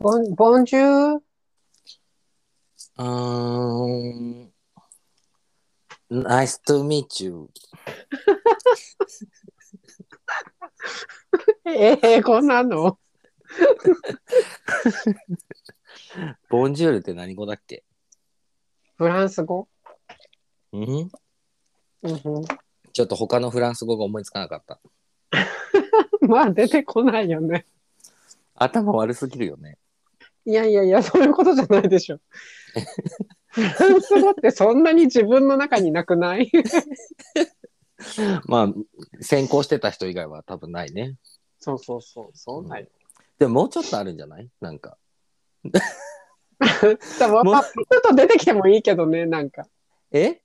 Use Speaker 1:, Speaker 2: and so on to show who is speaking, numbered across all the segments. Speaker 1: ボン、ボンジュール
Speaker 2: うーん。Nice to meet you.
Speaker 1: ええ こんなの
Speaker 2: ボンジュールって何語だっけ
Speaker 1: フランス語
Speaker 2: ん
Speaker 1: うんう
Speaker 2: ちょっと他のフランス語が思いつかなかった。
Speaker 1: ん。 まあ、出てこないよね。
Speaker 2: 頭悪すぎるよね。
Speaker 1: いやいやいや、そういうことじゃないでしょ。 フランス語ってそんなに自分の中になくない
Speaker 2: まあ、先行してた人以外は多分ないね。
Speaker 1: そうそうそう、そうなんよ。
Speaker 2: でももうちょっとあるんじゃないなんか。
Speaker 1: でも
Speaker 2: もう
Speaker 1: パッと出てきてもいいけどね、なんか。
Speaker 2: え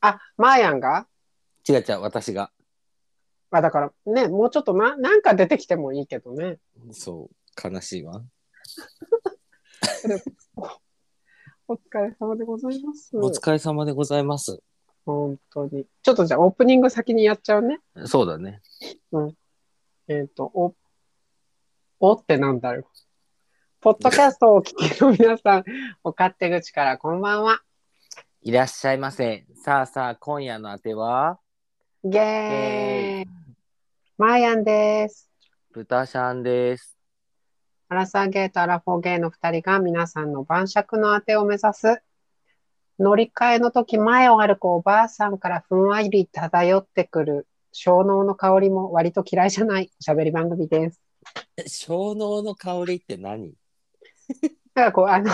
Speaker 1: あ、マーヤンが
Speaker 2: 違う違う、私が。
Speaker 1: まあだからね、もうちょっとな、なんか出てきてもいいけどね。
Speaker 2: そう、悲しいわ。
Speaker 1: お疲れ様でございます。
Speaker 2: お疲れ様でございます。
Speaker 1: 本当に。ちょっとじゃあオープニング先にやっちゃうね。
Speaker 2: そうだね。
Speaker 1: えっ、と、お、おってなんだろう。ポッドキャストをお聞きの皆さん、お勝手口からこんばんは。
Speaker 2: いらっしゃいませ。さあさあ、今夜のあては、
Speaker 1: イェ
Speaker 2: え
Speaker 1: ーイマーヤンです。
Speaker 2: 豚シャンです。
Speaker 1: アラサーゲーとアラフォーゲーの二人が皆さんの晩酌のあてを目指す。乗り換えの時前を歩くおばあさんからふんわり漂ってくる小脳の香りも割と嫌いじゃないおしゃべり番組です。
Speaker 2: え小脳の香りって何
Speaker 1: なんかこう、あの、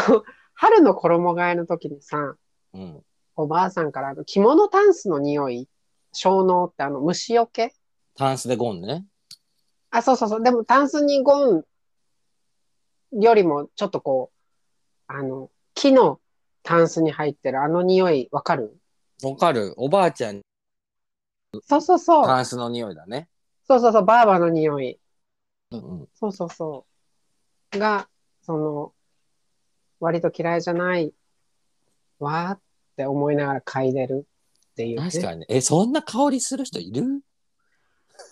Speaker 1: 春の衣替えの時にさ、
Speaker 2: うん。
Speaker 1: おばあさんからあの着物タンスの匂い、小脳ってあの虫よけ
Speaker 2: タンスでゴンね。
Speaker 1: あ、そうそうそう。でもタンスにゴンよりもちょっとこう、あの、木のタンスに入ってるあの匂いわかる
Speaker 2: わかるおばあちゃん、
Speaker 1: そうそうそう。
Speaker 2: タンスの匂いだね。
Speaker 1: そうそうそう。バーバの匂い。
Speaker 2: うんうん。
Speaker 1: そうそうそう。が、その、割と嫌いじゃないわーって思いながら嗅いでるっていう、ね。
Speaker 2: 確かにね。え、そんな香りする人いる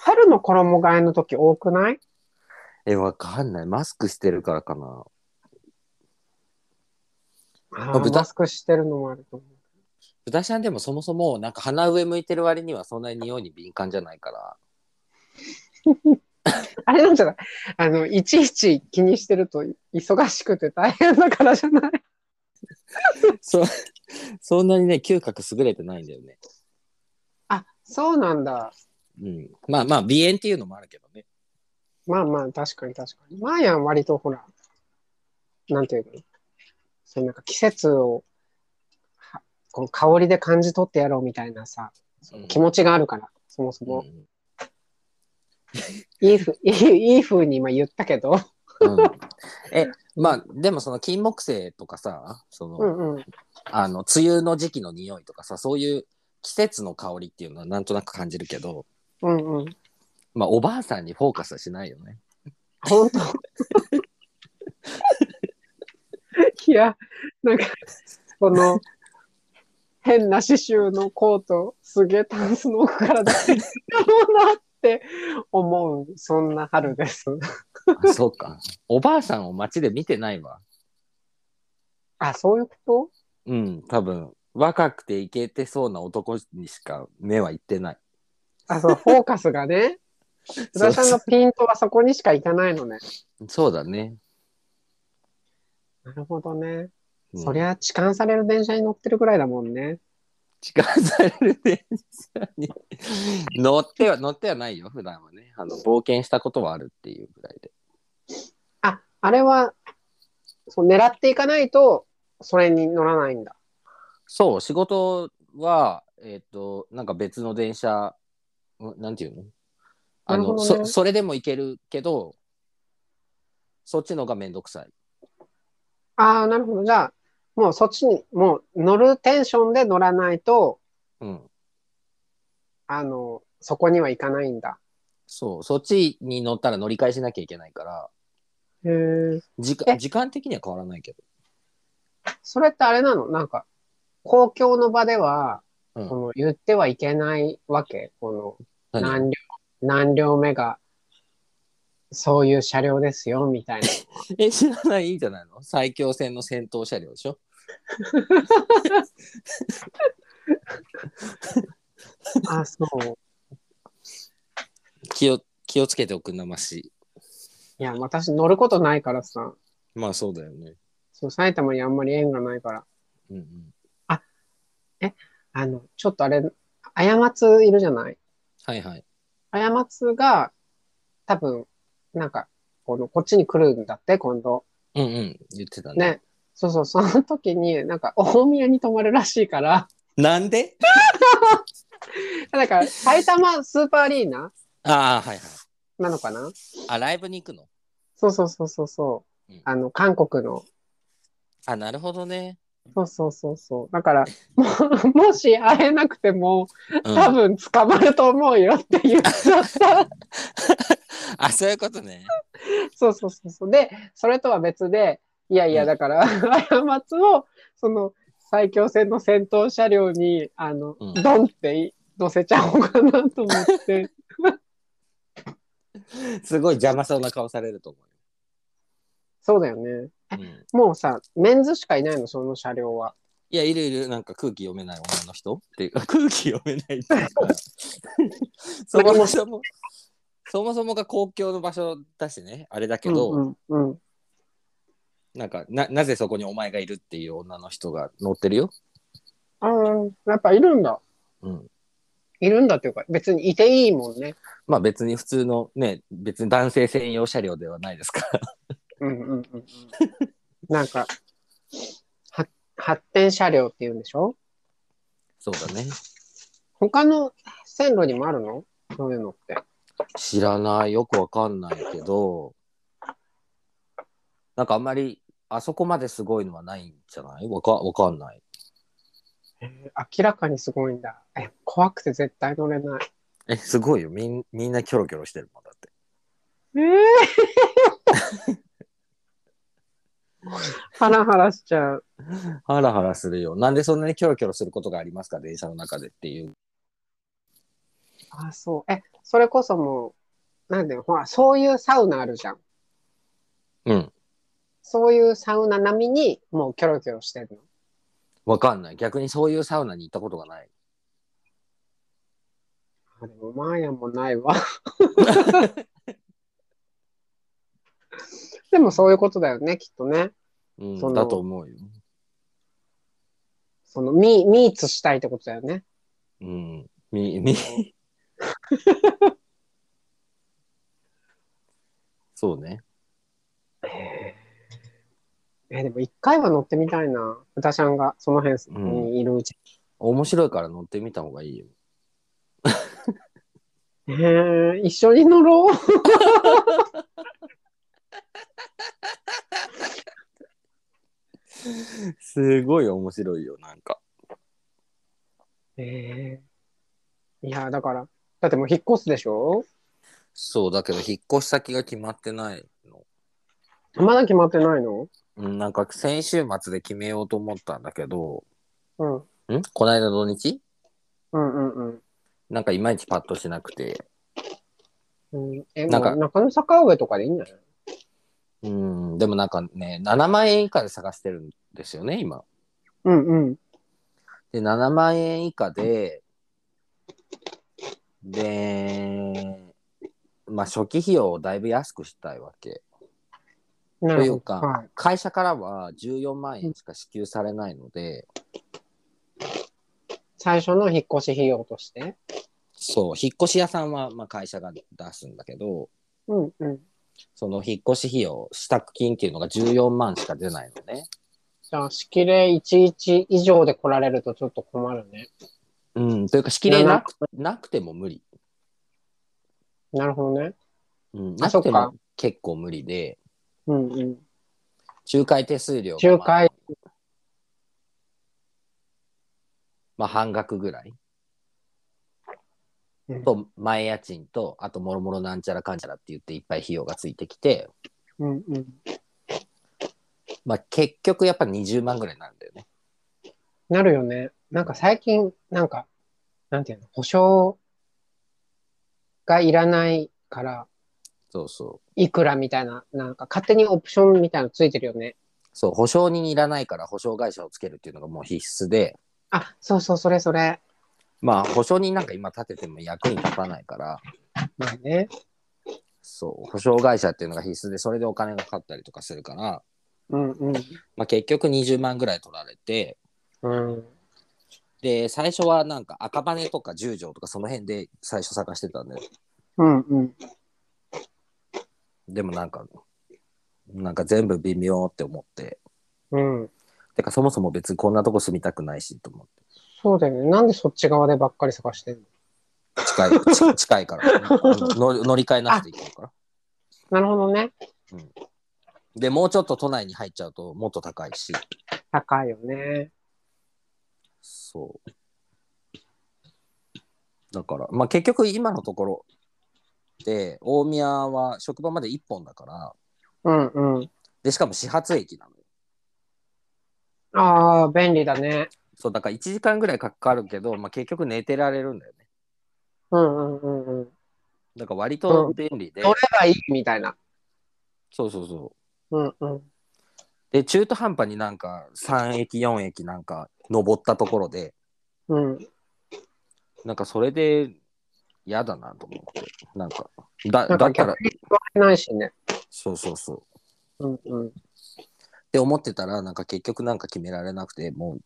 Speaker 1: 春の衣替えの時多くない
Speaker 2: え、わかんない。マスクしてるからかな。
Speaker 1: あー
Speaker 2: 豚
Speaker 1: マスクしてるのもあると思う。
Speaker 2: 豚シャンでもそもそも、なんか鼻上向いてる割にはそんなに匂いに敏感じゃないから。
Speaker 1: あれなんじゃないあの、いちいち気にしてると忙しくて大変だからじゃない
Speaker 2: そ、そんなにね、嗅覚優れてないんだよね。
Speaker 1: あ、そうなんだ。
Speaker 2: うん。まあまあ、鼻炎っていうのもあるけどね。
Speaker 1: まあまあ、確かに確かに。マーヤン割とほら、なんていうのそのなんか季節を、はこの香りで感じ取ってやろうみたいなさ、
Speaker 2: うん
Speaker 1: 気持ちがあるから、そもそも。
Speaker 2: うん
Speaker 1: いいふ、い い、いい風に今言ったけど。
Speaker 2: うんえ、まあ、でもその金木犀とかさ、その、
Speaker 1: うんうん。
Speaker 2: あの、梅雨の時期の匂いとかさ、そういう季節の香りっていうのはなんとなく感じるけど、
Speaker 1: うんうん。
Speaker 2: まあ、おばあさんにフォーカスはしないよね。
Speaker 1: 本当いや、なん か、この、変な刺繍のコート、すげえタンスの奥から出てきたなって思う、そんな春です。
Speaker 2: あそうか。おばあさんを街で見てないわ。
Speaker 1: あ、そういうこ
Speaker 2: うん、多分、若くてイケてそうな男にしか目はいってない。
Speaker 1: とあ、そう、フォーカスがね。津田さんのピントはそこにしか行かないのね。
Speaker 2: そうだね。
Speaker 1: なるほどね。
Speaker 2: うん
Speaker 1: そりゃ、痴漢される電車に乗ってるぐらいだもんね。
Speaker 2: 近される電車に乗っては乗ってはないよ普段はねあの冒険したことはあるっていうぐらいで
Speaker 1: あ、あれは、そう狙っていかないと、それに乗らないんだ。
Speaker 2: そう仕事はえっ、となんか別の電車んなんていうのあ
Speaker 1: なる
Speaker 2: の、
Speaker 1: ほどね
Speaker 2: そそれでも行けるけどそっちのがめんどくさい
Speaker 1: ああ、なるほど。じゃあ、もうそっちに、もう乗るテンションで乗らないと、
Speaker 2: うん
Speaker 1: あの、そこには行かないんだ。
Speaker 2: そうそっちに乗ったら乗り換えしなきゃいけないから
Speaker 1: へえ。
Speaker 2: 時
Speaker 1: え
Speaker 2: 間時間的には変わらないけ
Speaker 1: それってあれなのなんか、公共の場では、
Speaker 2: うん
Speaker 1: この言ってはいけないわけ。こ
Speaker 2: ど
Speaker 1: の
Speaker 2: 何
Speaker 1: 何両、何両目がそういう車両ですよ、みたいな。
Speaker 2: え、知らないいいんじゃないの最強戦の戦闘車両でしょ
Speaker 1: あ、そう。
Speaker 2: 気を、気をつけておくんなまし。
Speaker 1: いや、私乗ることないからさ。
Speaker 2: まあそうだよね。
Speaker 1: そう、埼玉にあんまり縁がないから。
Speaker 2: うんうん。
Speaker 1: あの、ちょっとあれ、あやまついるじゃない
Speaker 2: はいはい。
Speaker 1: あやまつが、多分、なんか、この、こっちに来るんだって、今度。
Speaker 2: うんうん。言ってたね。
Speaker 1: ね。そうそう、その時に、なんか、大宮に泊まるらしいから、
Speaker 2: なんで
Speaker 1: だから、埼玉スーパーアリーナ
Speaker 2: ああ、はいはい。
Speaker 1: なのかな
Speaker 2: あ、ライブに行くの
Speaker 1: そうそうそうそうそう
Speaker 2: うん。
Speaker 1: あの、韓国の。
Speaker 2: あ、なるほどね。
Speaker 1: そうそうそうそう。だから、もうもし会えなくても、
Speaker 2: うん、
Speaker 1: 多分捕まると思うよって言っちゃった。
Speaker 2: あ、そういうことね。
Speaker 1: そうそうそうそう。で、それとは別で、いやいうや、
Speaker 2: ん
Speaker 1: だから、過ちを、その、最強戦の戦闘車両に、あの、
Speaker 2: うん
Speaker 1: ドンって乗せちゃおうかなと思 って。
Speaker 2: すごい邪魔そうな顔されると思
Speaker 1: そうだよね。
Speaker 2: う。うん、
Speaker 1: もうさ、メンズしかいないの、その車両は。
Speaker 2: いや、いるいる、なんか空気読めない女の人っていう か、空気読めないっていうかそもそも、そもそもが公共の場所だしね、あれだけど、
Speaker 1: うんうんうん。
Speaker 2: なんかな、なぜそこにお前がいるっていう女の人が乗ってるよ。
Speaker 1: あーやっぱいるんだ。
Speaker 2: うん。
Speaker 1: いるんだっていうか、別にいていいもんね。
Speaker 2: まあ別に普通のね、別に男性専用車両ではないですから。
Speaker 1: うんうんうん うん。なんか、は発展車両っていうんでしょ
Speaker 2: そうだね。
Speaker 1: 他の線路にもあるのそういうのって。
Speaker 2: 知らない、よくわかんないけど、なんかあんまり、あそこまですごいのはないんじゃないわかわかんない。
Speaker 1: 明らかにすごいんだ。え、怖くて絶対乗れない。
Speaker 2: え、すごいよ。みんみんなキョロキョロしてるもんだって。
Speaker 1: えー、 ハラハラしちゃう。
Speaker 2: ハラハラするよ。なんでそんなにキョロキョロすることがありますか電車の中でっていう。
Speaker 1: あ、そう。え、それこそもう、なんだよ、ほら、そういうサウナあるじゃん。
Speaker 2: うん。
Speaker 1: そういうサウナ並みに、もうキョロキョロしてるの。
Speaker 2: わかんない。逆にそういうサウナに行ったことがない。
Speaker 1: あ、でも、マーヤもないわ。でも、そういうことだよね、きっとね。
Speaker 2: うん、
Speaker 1: その
Speaker 2: だと思うよ。
Speaker 1: その、ミー、ミーツしたいってことだよね。
Speaker 2: うん。み、み。そうね。
Speaker 1: え、でも、一回は乗ってみたいな。豚ちゃんが、その辺にいるうち
Speaker 2: 面白いから乗ってみた方がいいよ。
Speaker 1: えー、一緒に乗ろう。
Speaker 2: すごい面白いよ、なんか。
Speaker 1: えー、いや、だから、だってもう引っ越すでしょ
Speaker 2: そう、だけど引っ越し先が決まってないの。
Speaker 1: まだ決まってないの
Speaker 2: うん、なんか先週末で決めようと思ったんだけど、
Speaker 1: うん。うん
Speaker 2: んこないだ土日
Speaker 1: うん
Speaker 2: なんかいまいちパッとしなくて。
Speaker 1: うん。うん、え、
Speaker 2: な
Speaker 1: なんんか
Speaker 2: か
Speaker 1: 中野坂上とかでいいんじゃない
Speaker 2: うん、でもなんかね、7万円以下で探してるんですよね、今。
Speaker 1: うんうん。
Speaker 2: で、7万円以下で、で、まあ初期費用をだいぶ安くしたいわけ。
Speaker 1: な
Speaker 2: と
Speaker 1: る
Speaker 2: い
Speaker 1: ほ
Speaker 2: う
Speaker 1: ど。
Speaker 2: か、
Speaker 1: はい。
Speaker 2: 会社からは14万円しか支給されないので、
Speaker 1: 最初の引っ越し費用として。
Speaker 2: そう、引っ越し屋さんはまあ会社が出すんだけど、
Speaker 1: うんうん。
Speaker 2: その引っ越し費用、支度金っていうのが14万しか出ないのね。
Speaker 1: じゃあ、式礼11以上で来られるとちょっと困るね。
Speaker 2: うん、というか、しきれなくなくても無理。
Speaker 1: なるほどね。
Speaker 2: うん、
Speaker 1: あ
Speaker 2: なくて
Speaker 1: そっ
Speaker 2: も結構無理で、
Speaker 1: うんうん。
Speaker 2: 仲介手数料が
Speaker 1: 仲介
Speaker 2: まあ、まあ半額ぐらい
Speaker 1: うん。
Speaker 2: と、前家賃と、あと、もろもろなんちゃらかんちゃらって言っていっぱい費用がついてきて、
Speaker 1: うんうん。
Speaker 2: まあ、結局やっぱ20万ぐらいになるんだよね。
Speaker 1: なるよね。なんか最近、なんか、なんていうの、保証がいらないから、
Speaker 2: そうそう。
Speaker 1: いくらみたいな、なんか勝手にオプションみたいなのついてるよね。
Speaker 2: そう、保証人いらないから保証会社をつけるっていうのがもう必須で、
Speaker 1: あ、そうそう、それそれ。
Speaker 2: まあ、保証人なんか今立てても役に立たないから、
Speaker 1: まあね。
Speaker 2: そう、保証会社っていうのが必須で、それでお金がかかったりとかするから、
Speaker 1: うんうん。
Speaker 2: まあ、結局20万ぐらい取られて、
Speaker 1: うん。
Speaker 2: で、最初はなんか赤羽とか十条とかその辺で最初探してたんで、
Speaker 1: うんうん。
Speaker 2: でもなんか、なんか全部微妙って思って、
Speaker 1: うん。
Speaker 2: てかそもそも別にこんなとこ住みたくないしと思って、
Speaker 1: そうだよね。なんでそっち側でばっかり探してんの
Speaker 2: 近い、 ち近いから、あの乗乗り換えなしで行けるから。
Speaker 1: なるほどね。
Speaker 2: で、もうちょっと都内に入っちゃうともっと高いし、
Speaker 1: 高いよね。
Speaker 2: そう。だから、まあ結局今のところで、大宮は職場まで1本だか
Speaker 1: う
Speaker 2: ら、
Speaker 1: んうん。
Speaker 2: で、しかも始発駅なのよ。
Speaker 1: ああ、便利だね。
Speaker 2: そう、だから1時間ぐらいかかるけど、まあ結局寝てられるんだよね。
Speaker 1: うんうんうんうん。
Speaker 2: だから割と
Speaker 1: うん
Speaker 2: 便利で、
Speaker 1: 乗ればいいみたいな。
Speaker 2: そうそうそう。
Speaker 1: うんうん。
Speaker 2: で、中途半端になんか3駅、4駅なんか登ったところで、
Speaker 1: うん。
Speaker 2: なんかそれで嫌だなと思って、なんか、
Speaker 1: な
Speaker 2: だ
Speaker 1: ん
Speaker 2: だ
Speaker 1: か
Speaker 2: った
Speaker 1: 逆
Speaker 2: ら、
Speaker 1: に座れないしね。
Speaker 2: そうそうそう。
Speaker 1: うんうん。
Speaker 2: って思ってたらなんか結局なんか決められなくてもう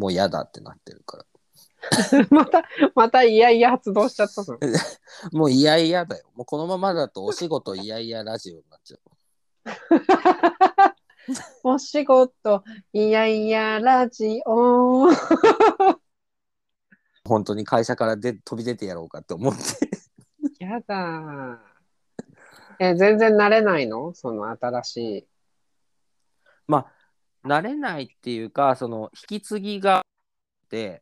Speaker 2: もう嫌だってなってるから
Speaker 1: また、またいやいや発動しちゃったぞ。
Speaker 2: もういやいやだよもうこのままだとお仕事いやいやラジオになっちゃう
Speaker 1: お仕事、いやいや、ラジオ。
Speaker 2: 本当に会社からで飛び出てやろうかって思って
Speaker 1: やだー。え、全然慣れないのその新しい。
Speaker 2: まあ慣れないっていうかその引き継ぎがあって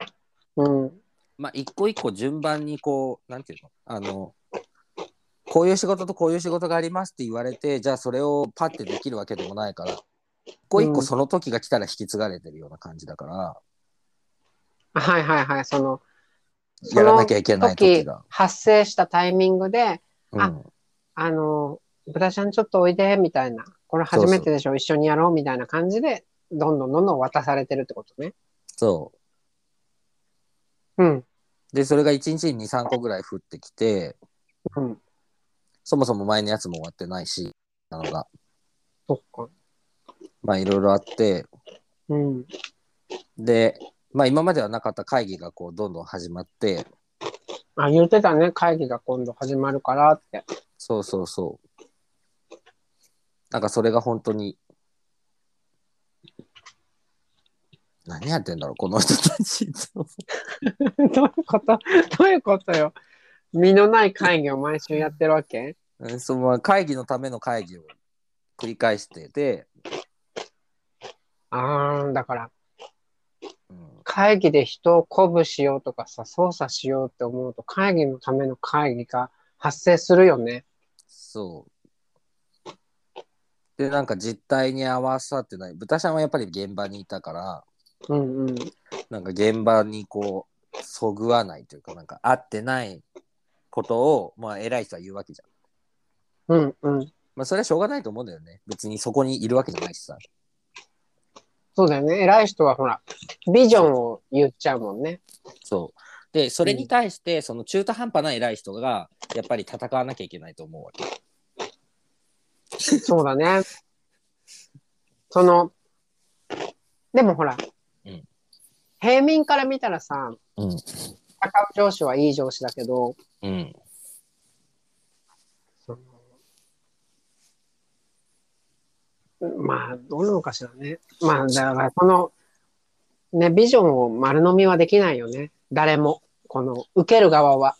Speaker 1: うん。
Speaker 2: まあ一個一個順番にこうなんていうのあのこういう仕事とこういう仕事がありますって言われてじゃあそれをパッてできるわけでもないから一個一個その時が来たら引き継がれてるような感じだから、
Speaker 1: あはいはいはい。その、そ
Speaker 2: や
Speaker 1: の
Speaker 2: らなきゃいけない時
Speaker 1: 時
Speaker 2: が。、
Speaker 1: 発生したタイミングで、
Speaker 2: うん
Speaker 1: ああの、ブタちゃんちょっとおいで、みたいな。これ初めてでしょ一緒にやろう、みたいな感じで、どんどんどんどん渡されてるってことね。
Speaker 2: そ
Speaker 1: うん。
Speaker 2: う。で、それが1日に2、3個ぐらい降ってきて、
Speaker 1: うん。
Speaker 2: そもそも前のやつも終わってないし、なのが、
Speaker 1: そっか。
Speaker 2: まあいろいろあって、
Speaker 1: うん。
Speaker 2: で、まあ今まではなかった会議がこうどんどん始まって、
Speaker 1: あ、言ってたね。会議が今度始まるからって。
Speaker 2: そうそうそう。なんかそれが本当に、何やってんだろう、この人たち。
Speaker 1: どういうことどういうことよ。身のない会議を毎週やってるわけ
Speaker 2: うんそのまあ会議のための会議を繰り返してて、
Speaker 1: あー、だから、
Speaker 2: うん、
Speaker 1: 会議で人を鼓舞しようとかさ、操作しようって思うと、会議のための会議が発生するよね。
Speaker 2: そう。で、なんか実態に合わさってない。豚ちゃんはやっぱり現場にいたから、
Speaker 1: うんうん。
Speaker 2: なんか現場にこう、そぐわないというか、なんか合ってないことを、まあ偉い人は言うわけじゃん。
Speaker 1: うんうん。
Speaker 2: まあそれはしょうがないと思うんだよね。別にそこにいるわけじゃないしさ。
Speaker 1: そうだよね。偉い人はほら、ビジョンを言っちゃうもんね。
Speaker 2: そう。で、それに対して、その中途半端な偉い人が、やっぱり戦わなきゃいけないと思うわけ。
Speaker 1: そうだね。その、でもほら、
Speaker 2: うん
Speaker 1: 平民から見たらさ、
Speaker 2: うん。
Speaker 1: 戦う上司はいい上司だけど、
Speaker 2: うん。
Speaker 1: そのまあ、どうなのかしらね。まあ、だから、この、ね、ビジョンを丸飲みはできないよね。誰も。この、受ける側は。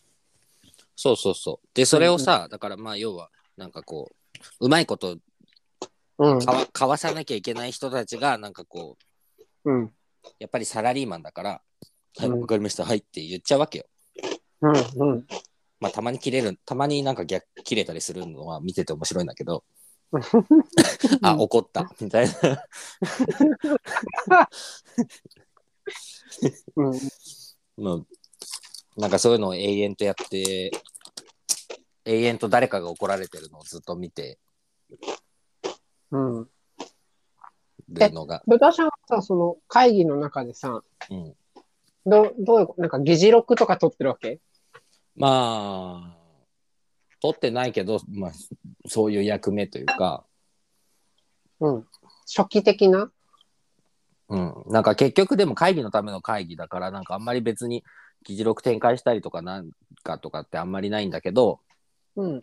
Speaker 2: そうそうそう。で、それをさ、だからまあ要は、なんかこう、うまいこと
Speaker 1: うん。
Speaker 2: かわかわさなきゃいけない人たちがなんかこう
Speaker 1: うん。
Speaker 2: やっぱりサラリーマンだから「はい
Speaker 1: うん
Speaker 2: わかりましたはい」って言っちゃうわけよ。
Speaker 1: うん。うん。
Speaker 2: まあたまに切れるたまになんか逆切れたりするのは見てて面白いんだ けどあ怒ったみたいな
Speaker 1: うん。
Speaker 2: もうなんかそういうのを永遠とやって永永遠と誰かが怒られてるのをずっと見て
Speaker 1: うん。
Speaker 2: るのが、
Speaker 1: ブタちゃんはさ、その会議の中でさ、
Speaker 2: うん、
Speaker 1: どどういうことなんか議事録とか取ってるわけ
Speaker 2: まあ取ってないけど、まあ、そういう役目というか、
Speaker 1: うん。初期的な
Speaker 2: うん、なんか結局でも会議のための会議だからなんかあんまり別に議事録展開したりとかなんかとかってあんまりないんだけど、
Speaker 1: うん。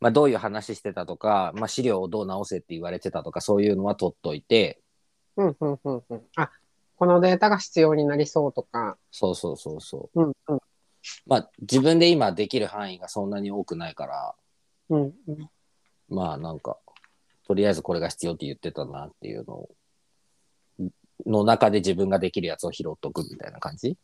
Speaker 2: まあ、どういう話してたとか、まあ、資料をどう直せって言われてたとかそういうのは取っといて
Speaker 1: うん、うん、うん、うん。あ、このデータが必要になりそうとか。
Speaker 2: そうそうそうそ
Speaker 1: うん、うん、
Speaker 2: うまあ自分で今できる範囲がそんなに多くないから
Speaker 1: うん。うん
Speaker 2: まあなんかとりあえずこれが必要って言ってたなっていうのをの中で自分ができるやつを拾っとくみたいな感じ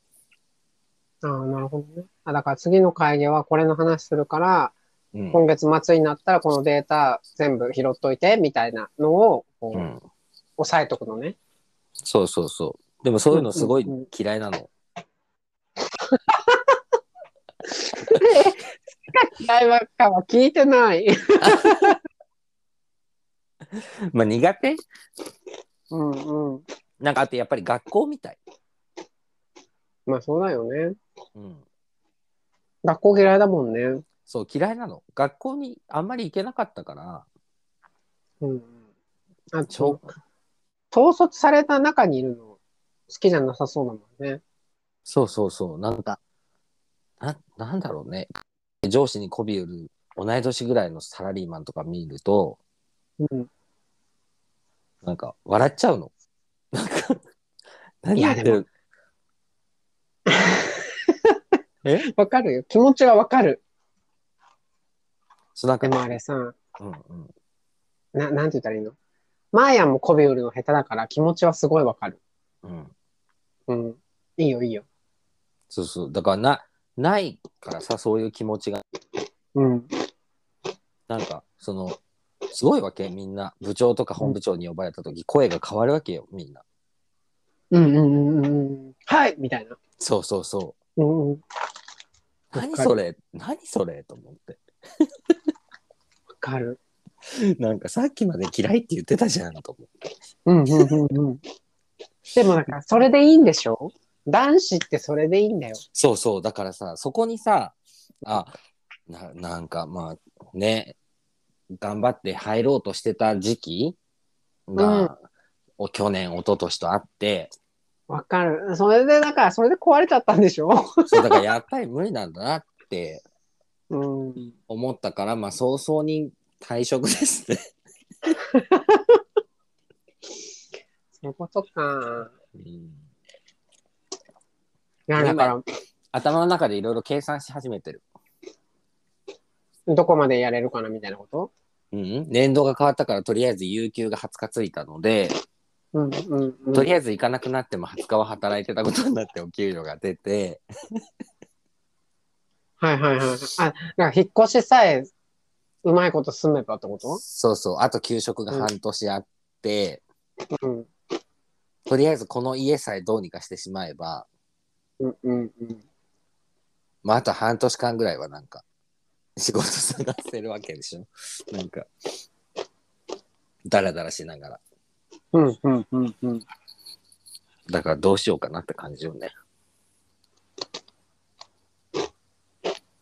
Speaker 1: ああ、なるほどね。あ、だから次の会議はこれの話するから、
Speaker 2: うん、
Speaker 1: 今月末になったらこのデータ全部拾っといて、みたいなのを、こう、
Speaker 2: うん、
Speaker 1: 押さえとくのね。
Speaker 2: そうそうそうでもそういうのすごい嫌いなの
Speaker 1: 嫌いばっかは聞いてない。
Speaker 2: まあ苦手
Speaker 1: うんうん。
Speaker 2: なんかあとやっぱり学校みたい、
Speaker 1: まあそうだよね。
Speaker 2: うん、
Speaker 1: 学校嫌いだもんね。
Speaker 2: そう嫌いなの学校にあんまり行けなかったから
Speaker 1: うん。あ、
Speaker 2: ち
Speaker 1: そ
Speaker 2: ょ
Speaker 1: う。統率された中にいるの好きじゃなさそうだもんね。
Speaker 2: そうそうそう、なんか、ななんだろうね。上司に媚び売る同い年ぐらいのサラリーマンとか見ると、
Speaker 1: うん。
Speaker 2: なんか笑っちゃうの。 なんか、何やってる。え
Speaker 1: わかるよ。気持ちはわかる。
Speaker 2: そうなんか
Speaker 1: で、もあれさ、
Speaker 2: うんうん、
Speaker 1: ななんて言ったらいいのマーヤンも媚び売るの下手だから気持ちはすごいわかる。
Speaker 2: うん。
Speaker 1: うん。いいよいいよ。
Speaker 2: そうそう。だからな、ないからさ、そういう気持ちが、
Speaker 1: うん。
Speaker 2: なんか、その、すごいわけ、みんな。部長とか本部長に呼ばれた時、声が変わるわけよ、みんな。
Speaker 1: うんうんうんうんうん。はいみたいな。
Speaker 2: そうそうそ
Speaker 1: うんうん。
Speaker 2: う。
Speaker 1: わかる
Speaker 2: 何それ何それと思って。
Speaker 1: わかる。
Speaker 2: なんかさっきまで嫌いって言ってたじゃんと思って。
Speaker 1: うんうんうんうん。でもなんか、それでいいんでしょ男子ってそれでいいんだよ。
Speaker 2: そうそう、だからさ、そこにさ、あ、ななんかまあね、頑張って入ろうとしてた時期
Speaker 1: う
Speaker 2: が、お去年、一昨年とあって、
Speaker 1: わかる。それで、だから、それで壊れちゃったんでしょ
Speaker 2: そうだからやっぱり無理なんだなって
Speaker 1: うん。
Speaker 2: 思ったから、まあ早々に退職ですね。
Speaker 1: そういうことか。
Speaker 2: うん
Speaker 1: いや、だか
Speaker 2: 頭の中でいろいろ計算し始めてる。
Speaker 1: ら、どこまでやれるかなみたいなこと
Speaker 2: うん、年度が変わったからとりあえず有給が20日ついたので、
Speaker 1: うんうんうん。
Speaker 2: とりあえず行かなくなっても20日は働いてたことになってお給料が出て、
Speaker 1: はいはいはい。あ、だから引っ越しさえ、うまいこと進めばってこと
Speaker 2: そうそう、あと給食が半年あって、
Speaker 1: うん。
Speaker 2: とりあえずこの家さえどうにかしてしまえば、
Speaker 1: うんうんうん。
Speaker 2: まあ、あと半年間ぐらいはなんか、仕事探せるわけでしょ。 なんか、だらだらしながら。
Speaker 1: うんうんうんうん。
Speaker 2: だからどうしようかなって感じよね。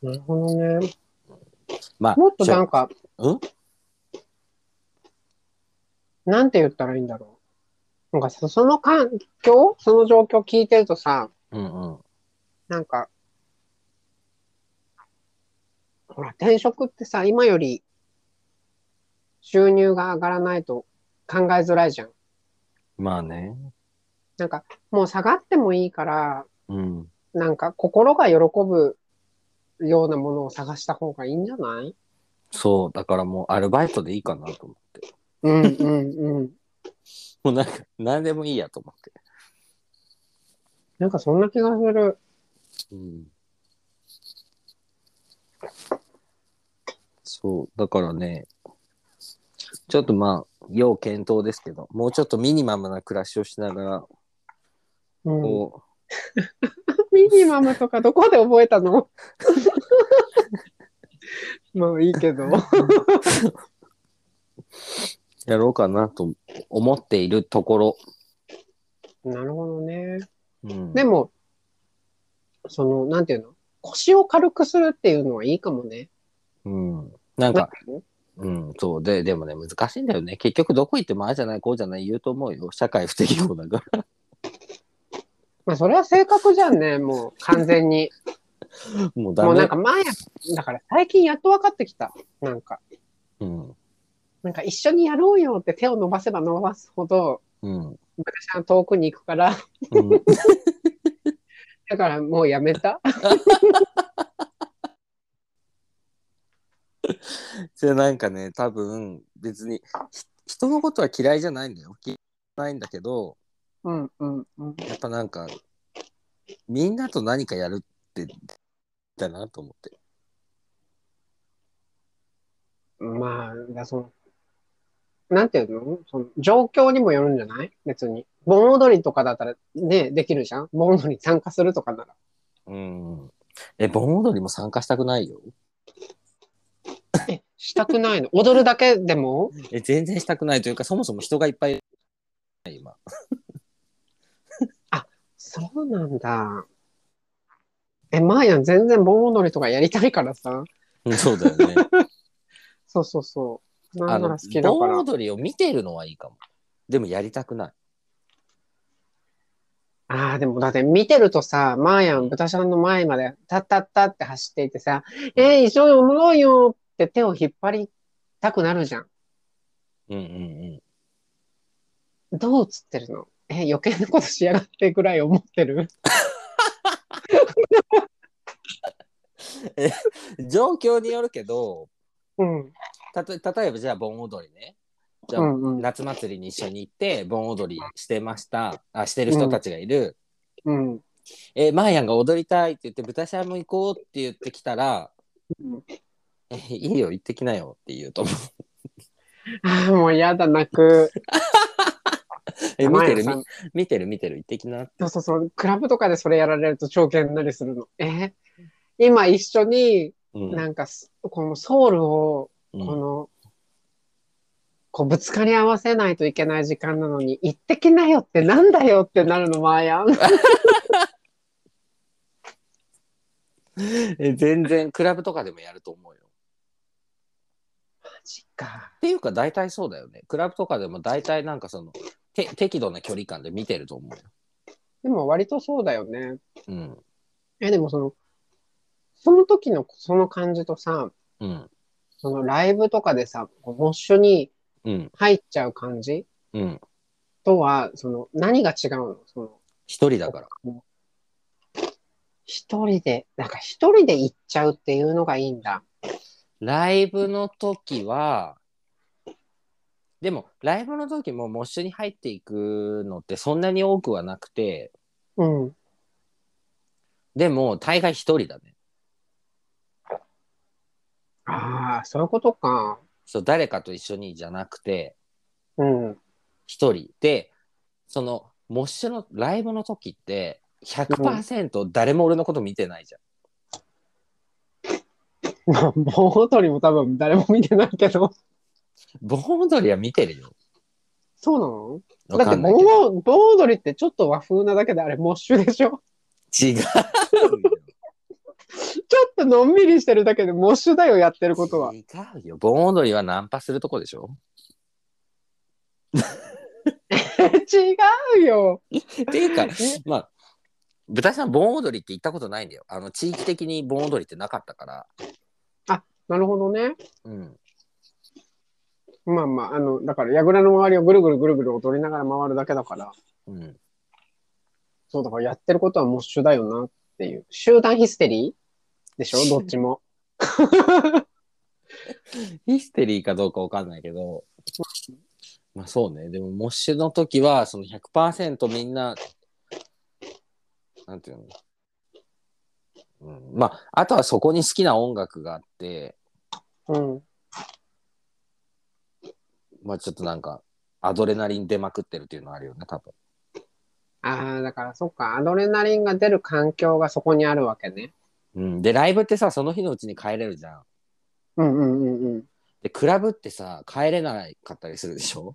Speaker 1: なるほどね。
Speaker 2: まあ、
Speaker 1: もっと
Speaker 2: し
Speaker 1: な
Speaker 2: ょ
Speaker 1: んか、
Speaker 2: うん
Speaker 1: なんて言ったらいいんだろう。なんかさ、その環境その状況聞いてるとさ、
Speaker 2: うんうん。
Speaker 1: なんか、ほら、転職ってさ、今より収入が上がらないと考えづらいじゃん。
Speaker 2: まあね。
Speaker 1: なんか、もう下がってもいいから、
Speaker 2: うん。
Speaker 1: なんか、心が喜ぶようなものを探した方がいいんじゃない
Speaker 2: そう、だからもうアルバイトでいいかなと思って。
Speaker 1: うんうんうん。
Speaker 2: もうなんか、何でもいいやと思って。
Speaker 1: なんか、そんな気がする。
Speaker 2: うんそう、だからね、ちょっとまあ、要検討ですけど、もうちょっとミニマムな暮らしをしながら、
Speaker 1: うん、
Speaker 2: こ
Speaker 1: ミニマムとかどこで覚えたのまあいいけど。
Speaker 2: やろうかなと思っているところ。
Speaker 1: なるほどね。
Speaker 2: うん、
Speaker 1: でも、その、なんていうの腰を軽くするっていうのはいいかもね。
Speaker 2: うん、なん
Speaker 1: なん
Speaker 2: か
Speaker 1: か、ね
Speaker 2: うん、そうで、でもね、難しいんだよね。結局、どこ行ってもああじゃない、こうじゃない言うと思うよ。社会不適合だから。
Speaker 1: まあそれは性格じゃんね、もう完全 に。
Speaker 2: もうダメ。
Speaker 1: もうなんか前、だから最近やっと分かってきた。なんか、
Speaker 2: うん、
Speaker 1: なんか一緒にやろうよって手を伸ばせば伸ばすほど、
Speaker 2: うん、
Speaker 1: 私は遠くに行くから、
Speaker 2: うん。
Speaker 1: だからもうやめた。
Speaker 2: それなんかね、多分、別に、ひ人のことは嫌いじゃないんだよ。嫌いじゃないんだけど、
Speaker 1: うんうんうん。
Speaker 2: やっぱなんか、みんなと何かやるって、だなと思って。
Speaker 1: まあ、だからその、なんていうのその状況にもよるんじゃない別に。盆踊りとかだったらね、できるじゃん盆踊り参加するとかなら。
Speaker 2: うん。え、盆踊りも参加したくないよ。
Speaker 1: え、したくないの踊るだけでも
Speaker 2: え、全然したくないというか、そもそも人がいっぱい、今。
Speaker 1: そうなんだ。え、まあやん、全然盆踊りとかやりたいからさ。
Speaker 2: うんそうだよ ね。
Speaker 1: そうそうそう。な
Speaker 2: あ
Speaker 1: んなら
Speaker 2: の
Speaker 1: 好き、だか
Speaker 2: 盆
Speaker 1: ら。
Speaker 2: 踊りを見てるのはいいかも。でもやりたくない。
Speaker 1: ああ、でもだって見てるとさ、まあやん、豚ちゃんの前まで、タッタッタって走っていてさ、えー、一緒に踊ろうよって手を引っ張りたくなるじゃん。
Speaker 2: うんうん
Speaker 1: どう映ってるのえ、余計なことしやがってぐらい思ってる
Speaker 2: うん。状況によるけど、
Speaker 1: うん。
Speaker 2: たと例えばじゃあ盆踊りね。じゃ
Speaker 1: う
Speaker 2: あ、
Speaker 1: んうん。
Speaker 2: 夏祭りに一緒に行って盆踊りしてました。あ、してる人たちがいる。
Speaker 1: うん。
Speaker 2: え、マーヤンが踊りたいって言って、豚しゃぶ行こうって言ってきたら、
Speaker 1: うん
Speaker 2: え、いいよ、行ってきなよって言 うと思う。
Speaker 1: ああ、もうやだ、泣 く。
Speaker 2: え、見て
Speaker 1: マヤ
Speaker 2: る、
Speaker 1: さん
Speaker 2: み見てる、見てる、行ってきなって。
Speaker 1: そうそうそう。クラブとかでそれやられると超嫌になりするの。え今一緒に、
Speaker 2: うん
Speaker 1: なんかす、このソウルを、
Speaker 2: うん
Speaker 1: この、こうぶつかり合わせないといけない時間なのに、行ってきなよってなんだよってなるの、マーヤン。
Speaker 2: え全然、クラブとかでもやると思うよ。
Speaker 1: ジか。
Speaker 2: っていうか大体そうだよね。クラブとかでも大体なんかそのて適度な距離感で見てると思うよ。
Speaker 1: でも割とそうだよね。
Speaker 2: うん。
Speaker 1: え、でもその、その時のその感じとさ、
Speaker 2: うん。
Speaker 1: そのライブとかでさ、こうモッシュに
Speaker 2: うん。
Speaker 1: 入っちゃう感じ
Speaker 2: うん。
Speaker 1: とは、その何が違うのその、
Speaker 2: 一人だから。
Speaker 1: 一人で、なんか一人で行っちゃうっていうのがいいんだ。
Speaker 2: ライブの時は、でもライブの時もモッシュに入っていくのってそんなに多くはなくて、
Speaker 1: うん。
Speaker 2: でも大概一人だね。
Speaker 1: ああ、そういうことか。
Speaker 2: そう、誰かと一緒にじゃなくて、
Speaker 1: うん。
Speaker 2: 一人。で、その、モッシュのライブの時って100%誰も俺のこと見てないじゃん。
Speaker 1: まあ、盆踊りも多分誰も見てないけど。
Speaker 2: 盆踊りは見てるよ。
Speaker 1: そうな
Speaker 2: わ
Speaker 1: のだ
Speaker 2: か
Speaker 1: って
Speaker 2: んないけど
Speaker 1: 盆、盆踊りってちょっと和風なだけであれモッシュでしょ
Speaker 2: 違うよ。
Speaker 1: ちょっとのんびりしてるだけでモッシュだよ、やってることは。
Speaker 2: 違うよ。盆踊りはナンパするとこでしょ
Speaker 1: 違うよ。
Speaker 2: っていう か、まあ、豚さん盆踊りって行ったことないんだよ。あの、地域的に盆踊りってなかったから。
Speaker 1: なるほどね。
Speaker 2: うん。
Speaker 1: まあまあ、あの、だから、櫓の周りをぐるぐるぐるぐる踊りながら回るだけだから、
Speaker 2: うん。
Speaker 1: そう、だからやってることはモッシュだよなっていう。集団ヒステリーでしょどっちも。
Speaker 2: ヒステリーかどうかわかんないけど。まあそうね。でも、モッシュの時は、その100%みんな、なんていうのうん、まあ、あとはそこに好きな音楽があって、
Speaker 1: うん。
Speaker 2: まあちょっとなんか、アドレナリン出まくってるっていうのはあるよね、多分。
Speaker 1: ああ、だから、そっか、アドレナリンが出る環境がそこにあるわけね。
Speaker 2: うん、で、ライブってさ、その日のうちに帰れるじゃん。
Speaker 1: うんうんうんうん。
Speaker 2: でクラブってさ帰れなかったりするでしょ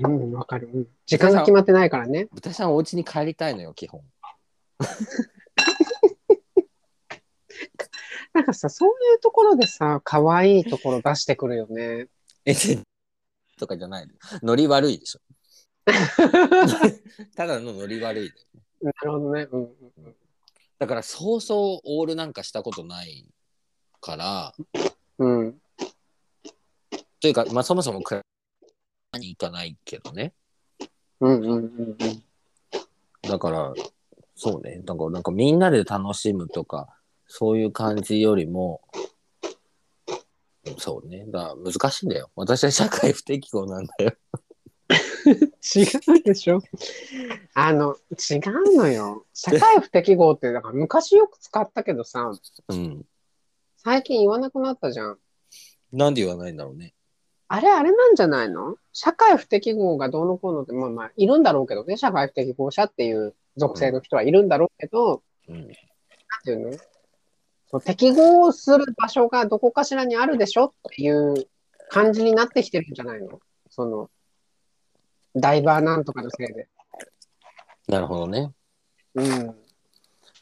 Speaker 1: うん、わかる、うん。時間が決まってないからね。
Speaker 2: 豚さんお家に帰りたいのよ基本
Speaker 1: なんかさ、そういうところでさ、可愛いところ出してくるよね。
Speaker 2: えでとかじゃないのノリ悪いでしょただのノリ悪いで
Speaker 1: なるほどね。うんうん
Speaker 2: だからそうそうオールなんかしたことないから
Speaker 1: うん。うん。
Speaker 2: というか、まあ、そもそもクラブに行かないけどね
Speaker 1: うんうんうんうん。
Speaker 2: だからそうねなんかなんかみんなで楽しむとかそういう感じよりもそうねだから難しいんだよ私は社会不適合なんだよ
Speaker 1: 違うでしょあの、違うのよ。社会不適合って、だから昔よく使ったけどさ、
Speaker 2: うん
Speaker 1: 最近言わなくなったじゃん。
Speaker 2: なんで言わないんだろうね
Speaker 1: あれあれなんじゃないの社会不適合がどうのこうのって、まあまあ、いるんだろうけどね、社会不適合者っていう属性の人はいるんだろうけど、
Speaker 2: うん
Speaker 1: なんていうのそう適合する場所がどこかしらにあるでしょっていう感じになってきてるんじゃないのその、ダイバーなんとかのせいで。
Speaker 2: なるほどね
Speaker 1: うん。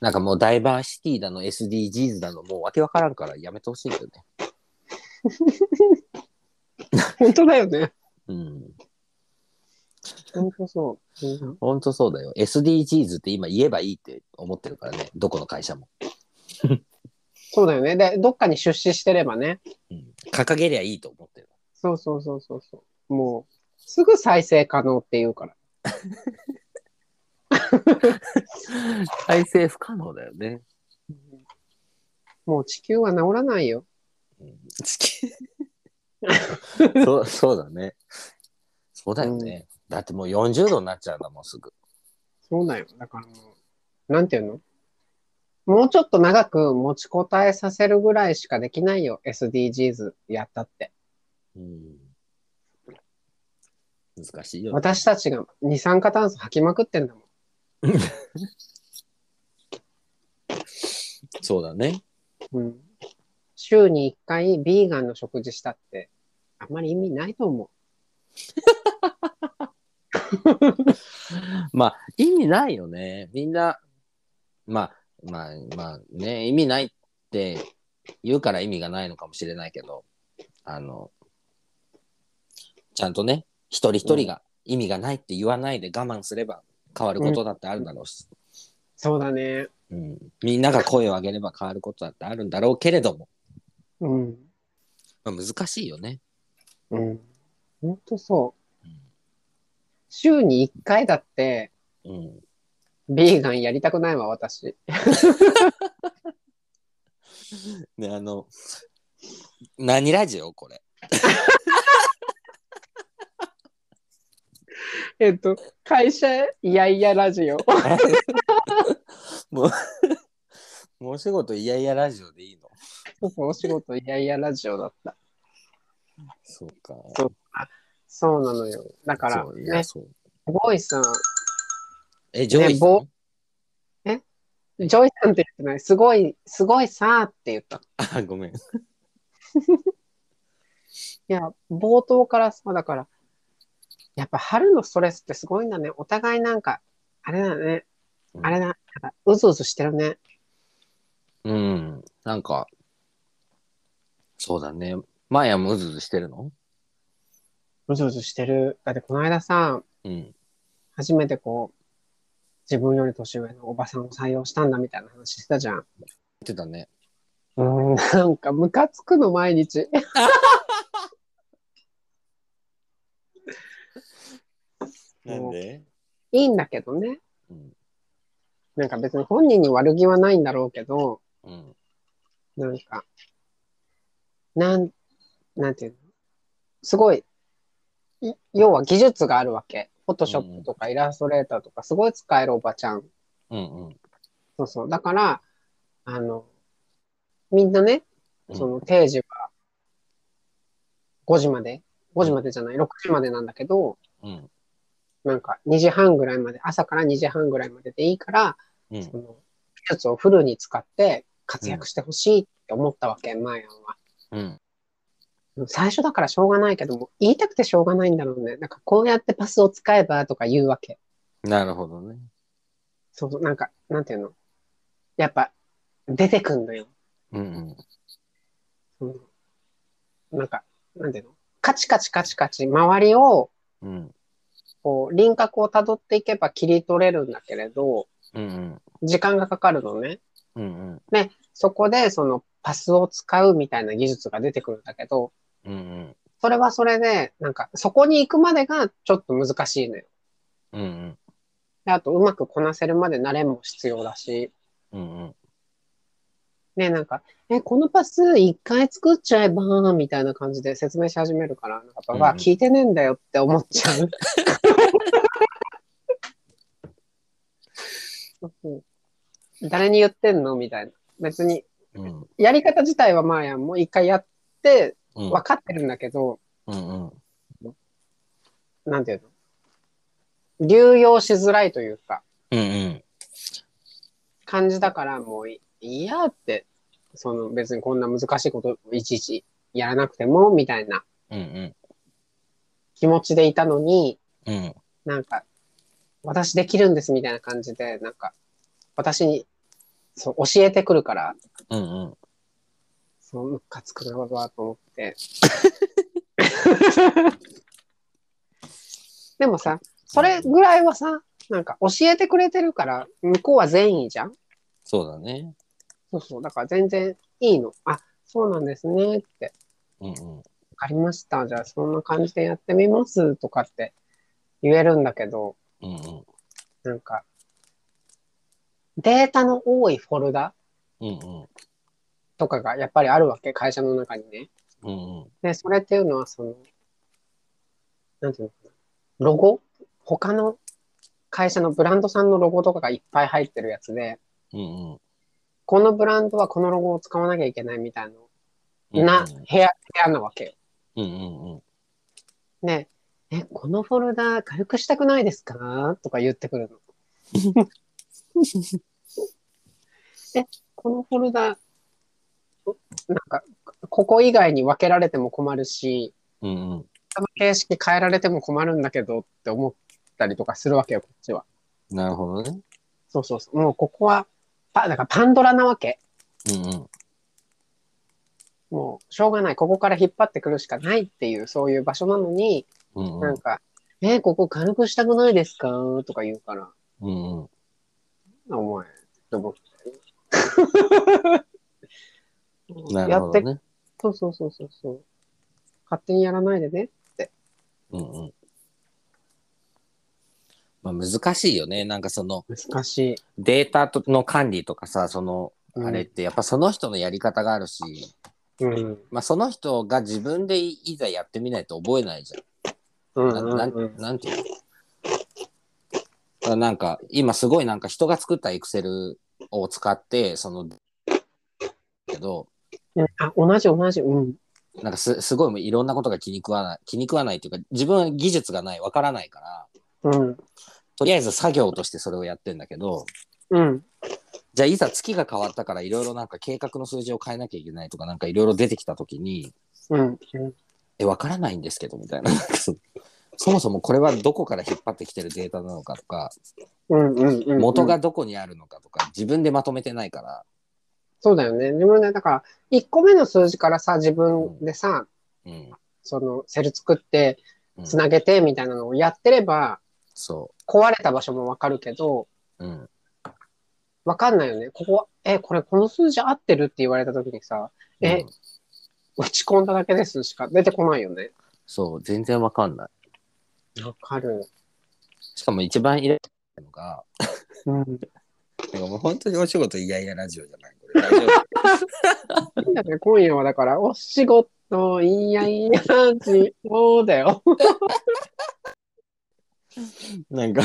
Speaker 2: なんかもうダイバーシティだの SDGs だのもうわけわからんからやめてほしいよね
Speaker 1: 本当だよね。
Speaker 2: うん
Speaker 1: 本当そう。うん
Speaker 2: ほんとそうだよ SDGs って今言えばいいって思ってるからねどこの会社も、
Speaker 1: そうだよね。で、どっかに出資してればね。
Speaker 2: うん、掲げりゃいいと思ってる
Speaker 1: そうそうそうそうそう。もう、すぐ再生可能って言うから。
Speaker 2: 再生不可能だよね
Speaker 1: もう地球は治らないよ。
Speaker 2: そうそうだね。そうだよね。だってもう40度になっちゃうんだもんすぐ。
Speaker 1: そうだよ。だからもう、なんていうのもうちょっと長く持ちこたえさせるぐらいしかできないよ。SDGs やったって。
Speaker 2: うん、難しいよ、ね。
Speaker 1: 私たちが二酸化炭素吐きまくってんだもん。
Speaker 2: そうだね。
Speaker 1: うん、週に1回ビーガンの食事したって、あんまり意味ないと思
Speaker 2: まあ意味ないよね。みんな、まあまあまあね、意味ないって言うから意味がないのかもしれないけど、あの、ちゃんとね、一人一人が意味がないって言わないで我慢すれば変わることだってあるだろうし。
Speaker 1: う。そうだね。
Speaker 2: うん、みんなが声を上げれば変わることだってあるんだろうけれども、
Speaker 1: うん。
Speaker 2: まあ、難しいよね。
Speaker 1: うん。ほんとそう
Speaker 2: うん。
Speaker 1: 週に1回だって、
Speaker 2: うん、
Speaker 1: ビーガンやりたくないわ、私。
Speaker 2: ねあの何ラジオこれ
Speaker 1: えっと、会社へいやいやラジオ。
Speaker 2: もうもうお仕事いやいやラジオでいいの
Speaker 1: お仕事いやいやラジオだった。
Speaker 2: そうか
Speaker 1: そうそうなのよ。だから
Speaker 2: そういや
Speaker 1: ね、す
Speaker 2: そう
Speaker 1: ごいさ、
Speaker 2: えジョイさん、
Speaker 1: ぼジョイさんって言ってない、すごい、すごいさーって言った。い
Speaker 2: あごめん
Speaker 1: や、冒頭からさ、だから、やっぱ春のストレスってすごいんだね。お互いなんか、あれだね
Speaker 2: う。ん
Speaker 1: あれだ、なんかうずうずしてるね。
Speaker 2: うんなんかそうだねマヤもうずうずしてるの
Speaker 1: うずうずしてる。だってこの間さ、
Speaker 2: うん
Speaker 1: 初めてこう、自分より年上のおばさんを採用したんだみたいな話してたじゃん。
Speaker 2: 言ってたね
Speaker 1: うん、なんかムカつくの毎日。 なん
Speaker 2: で、
Speaker 1: いいんだけどね。
Speaker 2: うん
Speaker 1: なんか別に本人に悪気はないんだろうけど、
Speaker 2: うん、
Speaker 1: なんか、なん、なんていうのすごい、い要は技術があるわけ。フォトショップとかイラストレーターとかすごい使えるおばちゃん。
Speaker 2: うんうん
Speaker 1: そうそう。だから、あの、みんなね、
Speaker 2: うん
Speaker 1: その定時は5時まで、5時までじゃない、6時までなんだけど、
Speaker 2: うん
Speaker 1: なんか2時半ぐらいまで、朝から2時半ぐらいまででいいから、
Speaker 2: うん
Speaker 1: その技術をフルに使って活躍してほしいっって思ったわけ、マヤンは。
Speaker 2: うん。
Speaker 1: 最初だからしょうがないけども、言いたくてしょうがないんだろうね。なんかこうやってパスを使えばとか言うわけ。
Speaker 2: なるほどね。
Speaker 1: そうそう、なんか、なんていうの。やっぱ、出てくんのよ。
Speaker 2: うん
Speaker 1: うんなんか、なんていうの。カチカチカチカチ、周りを、
Speaker 2: うん。うん。
Speaker 1: こう、輪郭を辿っていけば切り取れるんだけれど、
Speaker 2: うん
Speaker 1: 時間がかかるのね。
Speaker 2: うん。うん
Speaker 1: そこで、その、パスを使うみたいな技術が出てくるんだけど、
Speaker 2: うん。うん
Speaker 1: それはそれで、なんか、そこに行くまでがちょっと難しいのよ。
Speaker 2: うん。うん
Speaker 1: であと、うまくこなせるまで慣れも必要だし、
Speaker 2: うんうん。
Speaker 1: ね、なんか、え、このパス一回作っちゃえば、みたいな感じで説明し始めるから、なんか、
Speaker 2: うん
Speaker 1: ババア聞いてねえんだよって思っちゃう。 そう誰に言ってんのみたいな。別に、
Speaker 2: うん
Speaker 1: やり方自体はマーヤンも一回やって、
Speaker 2: うん。
Speaker 1: 分かってるんだけど、
Speaker 2: うんうん。
Speaker 1: なんていうの流用しづらいというか、
Speaker 2: うんうん。
Speaker 1: 感じだから、もういいやって、その別にこんな難しいこといちいちやらなくても、みたいな
Speaker 2: うんうん。
Speaker 1: 気持ちでいたのに、
Speaker 2: うん
Speaker 1: なんか、私できるんですみたいな感じで、なんか、私に、そう、教えてくるから、
Speaker 2: うんうん。
Speaker 1: そう、ムカつくなわ、と思って。でもさ、それぐらいはさ、なんか教えてくれてるから、向こうは善意じゃん
Speaker 2: そうだね。
Speaker 1: そうそう、だから全然いいの。あ、そうなんですねって。
Speaker 2: うんうん。
Speaker 1: わかりました。じゃあそんな感じでやってみますとかって言えるんだけど、
Speaker 2: うんうん。
Speaker 1: なんか、データの多いフォルダ
Speaker 2: うんうん。
Speaker 1: とかがやっぱりあるわけ、会社の中にね。
Speaker 2: うんうん。
Speaker 1: で、それっていうのは、その、なんていうのかな、ロゴ他の会社のブランドさんのロゴとかがいっぱい入ってるやつで、
Speaker 2: うんうん。
Speaker 1: このブランドはこのロゴを使わなきゃいけないみたい
Speaker 2: うんうん
Speaker 1: な、な、部屋、部屋なわけよ。
Speaker 2: うんうんうん。
Speaker 1: ね、え、このフォルダ軽くしたくないですかとか言ってくるの。 え、このフォルダ、なんか、ここ以外に分けられても困るし、
Speaker 2: うんうん。
Speaker 1: 形式変えられても困るんだけどって思ったりとかするわけよ、こっちは。
Speaker 2: なるほどね。
Speaker 1: そうそうそう。もうここは、パ、だからパンドラなわけ。
Speaker 2: うんうん。
Speaker 1: もう、しょうがない。ここから引っ張ってくるしかないっていう、そういう場所なのに、
Speaker 2: うんう
Speaker 1: なんん。か、えここ軽くしたくないですかとか言うから、
Speaker 2: うんうん。
Speaker 1: あお前、と思って。
Speaker 2: なる
Speaker 1: や
Speaker 2: ほ
Speaker 1: って
Speaker 2: ど、ね。
Speaker 1: そうそうそうそうそう。勝手にやらないでね。
Speaker 2: うんうん。まあ難しいよね。なんかその
Speaker 1: 難しい。
Speaker 2: データとの管理とかさ、その
Speaker 1: うん
Speaker 2: あれっ。てやっぱその人のやり方があるし、
Speaker 1: うん。
Speaker 2: まあその人が自分でいざやってみないと覚えないじ
Speaker 1: うん
Speaker 2: ゃん。なな
Speaker 1: うん
Speaker 2: んなんていうのなんか今すごいなんか人が作ったエクセルを使ってそのけど
Speaker 1: うん。あ、同じ同じ。うん。
Speaker 2: なんかすすごいいろんなことが気に食わない気に食わないっていうか自分は技術がないわからないか
Speaker 1: う
Speaker 2: ら
Speaker 1: ん。
Speaker 2: とりあえず作業としてそれをやってんだけど
Speaker 1: うん。
Speaker 2: じゃあいざ月が変わったからいろいろなんか計画の数字を変えなきゃいけないとかなんかいろいろ出てきた時に
Speaker 1: うん。
Speaker 2: えわからないんですけどみたいな なんかそそもそもこれはどこから引っ張ってきてるデータなのかとか
Speaker 1: うん。うん。うん。
Speaker 2: 元がどこにあるのかとか自分でまとめてないから、
Speaker 1: そうだよね。自分で、だから、1個目の数字からさ、自分でさ、
Speaker 2: うん
Speaker 1: そのセル作って、
Speaker 2: うん、
Speaker 1: つなげてみたいなのをやってれば、
Speaker 2: そ
Speaker 1: 壊れた場所もわかるけど、
Speaker 2: う、うん、
Speaker 1: わかんないよね。ここ、え、これ、この数字合ってるって言われた時にさ、え
Speaker 2: うん
Speaker 1: 打ち込んだだけですしか出てこないよね。
Speaker 2: そう全然わかんない
Speaker 1: わかる。
Speaker 2: しかも一番入れてるのが
Speaker 1: うん。
Speaker 2: なんかもう本当にお仕事嫌々ラジオじゃないこ れ大丈夫
Speaker 1: いいんだね。今夜はだから、お仕事、いいやいいや、そうだよ。
Speaker 2: なんか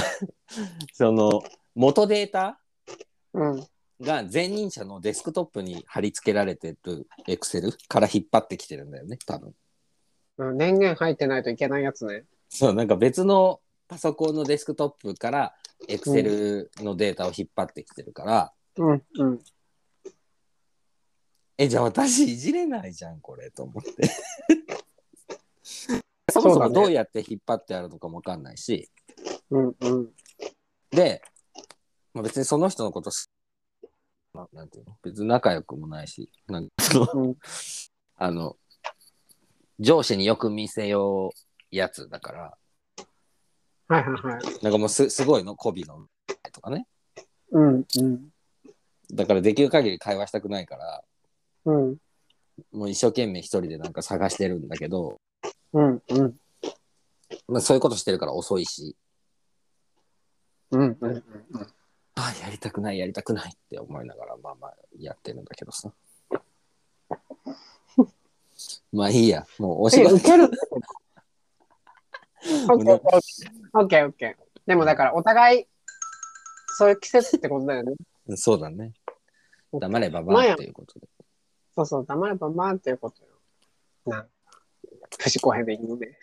Speaker 2: その元データ
Speaker 1: うん。
Speaker 2: が前任者のデスクトップに貼り付けられてるエクセルから引っ張ってきてるんだよね多分
Speaker 1: うん電源入ってないといけないやつね。
Speaker 2: そうなんか別のパソコンのデスクトップからエクセルのデータを引っ張ってきてるから、
Speaker 1: うん、うん。
Speaker 2: え、じゃあ私いじれないじゃん、これ、と 思って。
Speaker 1: そ
Speaker 2: そもそ
Speaker 1: だ
Speaker 2: うも
Speaker 1: ね
Speaker 2: どうやって引っ張ってあるのかもわかんないし、
Speaker 1: うんうん。
Speaker 2: で、まあ、別にその人のことす、まあなんていうの別に仲良くもないし、なんかその
Speaker 1: うん
Speaker 2: あの、上司によく見せようやつだから、
Speaker 1: はいはいはい。
Speaker 2: なんかもうすすごいの、媚びのとかね。
Speaker 1: うんうん。
Speaker 2: だからできる限り会話したくないから、
Speaker 1: うん
Speaker 2: もう一生懸命一人でなんか探してるんだけど、
Speaker 1: うんうん。
Speaker 2: まあ、そういうことしてるから遅いし、
Speaker 1: うんうんうん。
Speaker 2: ああ、やりたくない、やりたくないって思いながら、まあまあやってるんだけどさ。 まあいいや、もうお仕
Speaker 1: え、
Speaker 2: 事
Speaker 1: 受ける オッケーオッケーオッケーオッケー。でもだから、お互い、そういう季節ってことだよね。
Speaker 2: そうだね。黙ればばっていうことで。
Speaker 1: そうそう、黙ればまあっていうことよ。なん不思公平でいいので。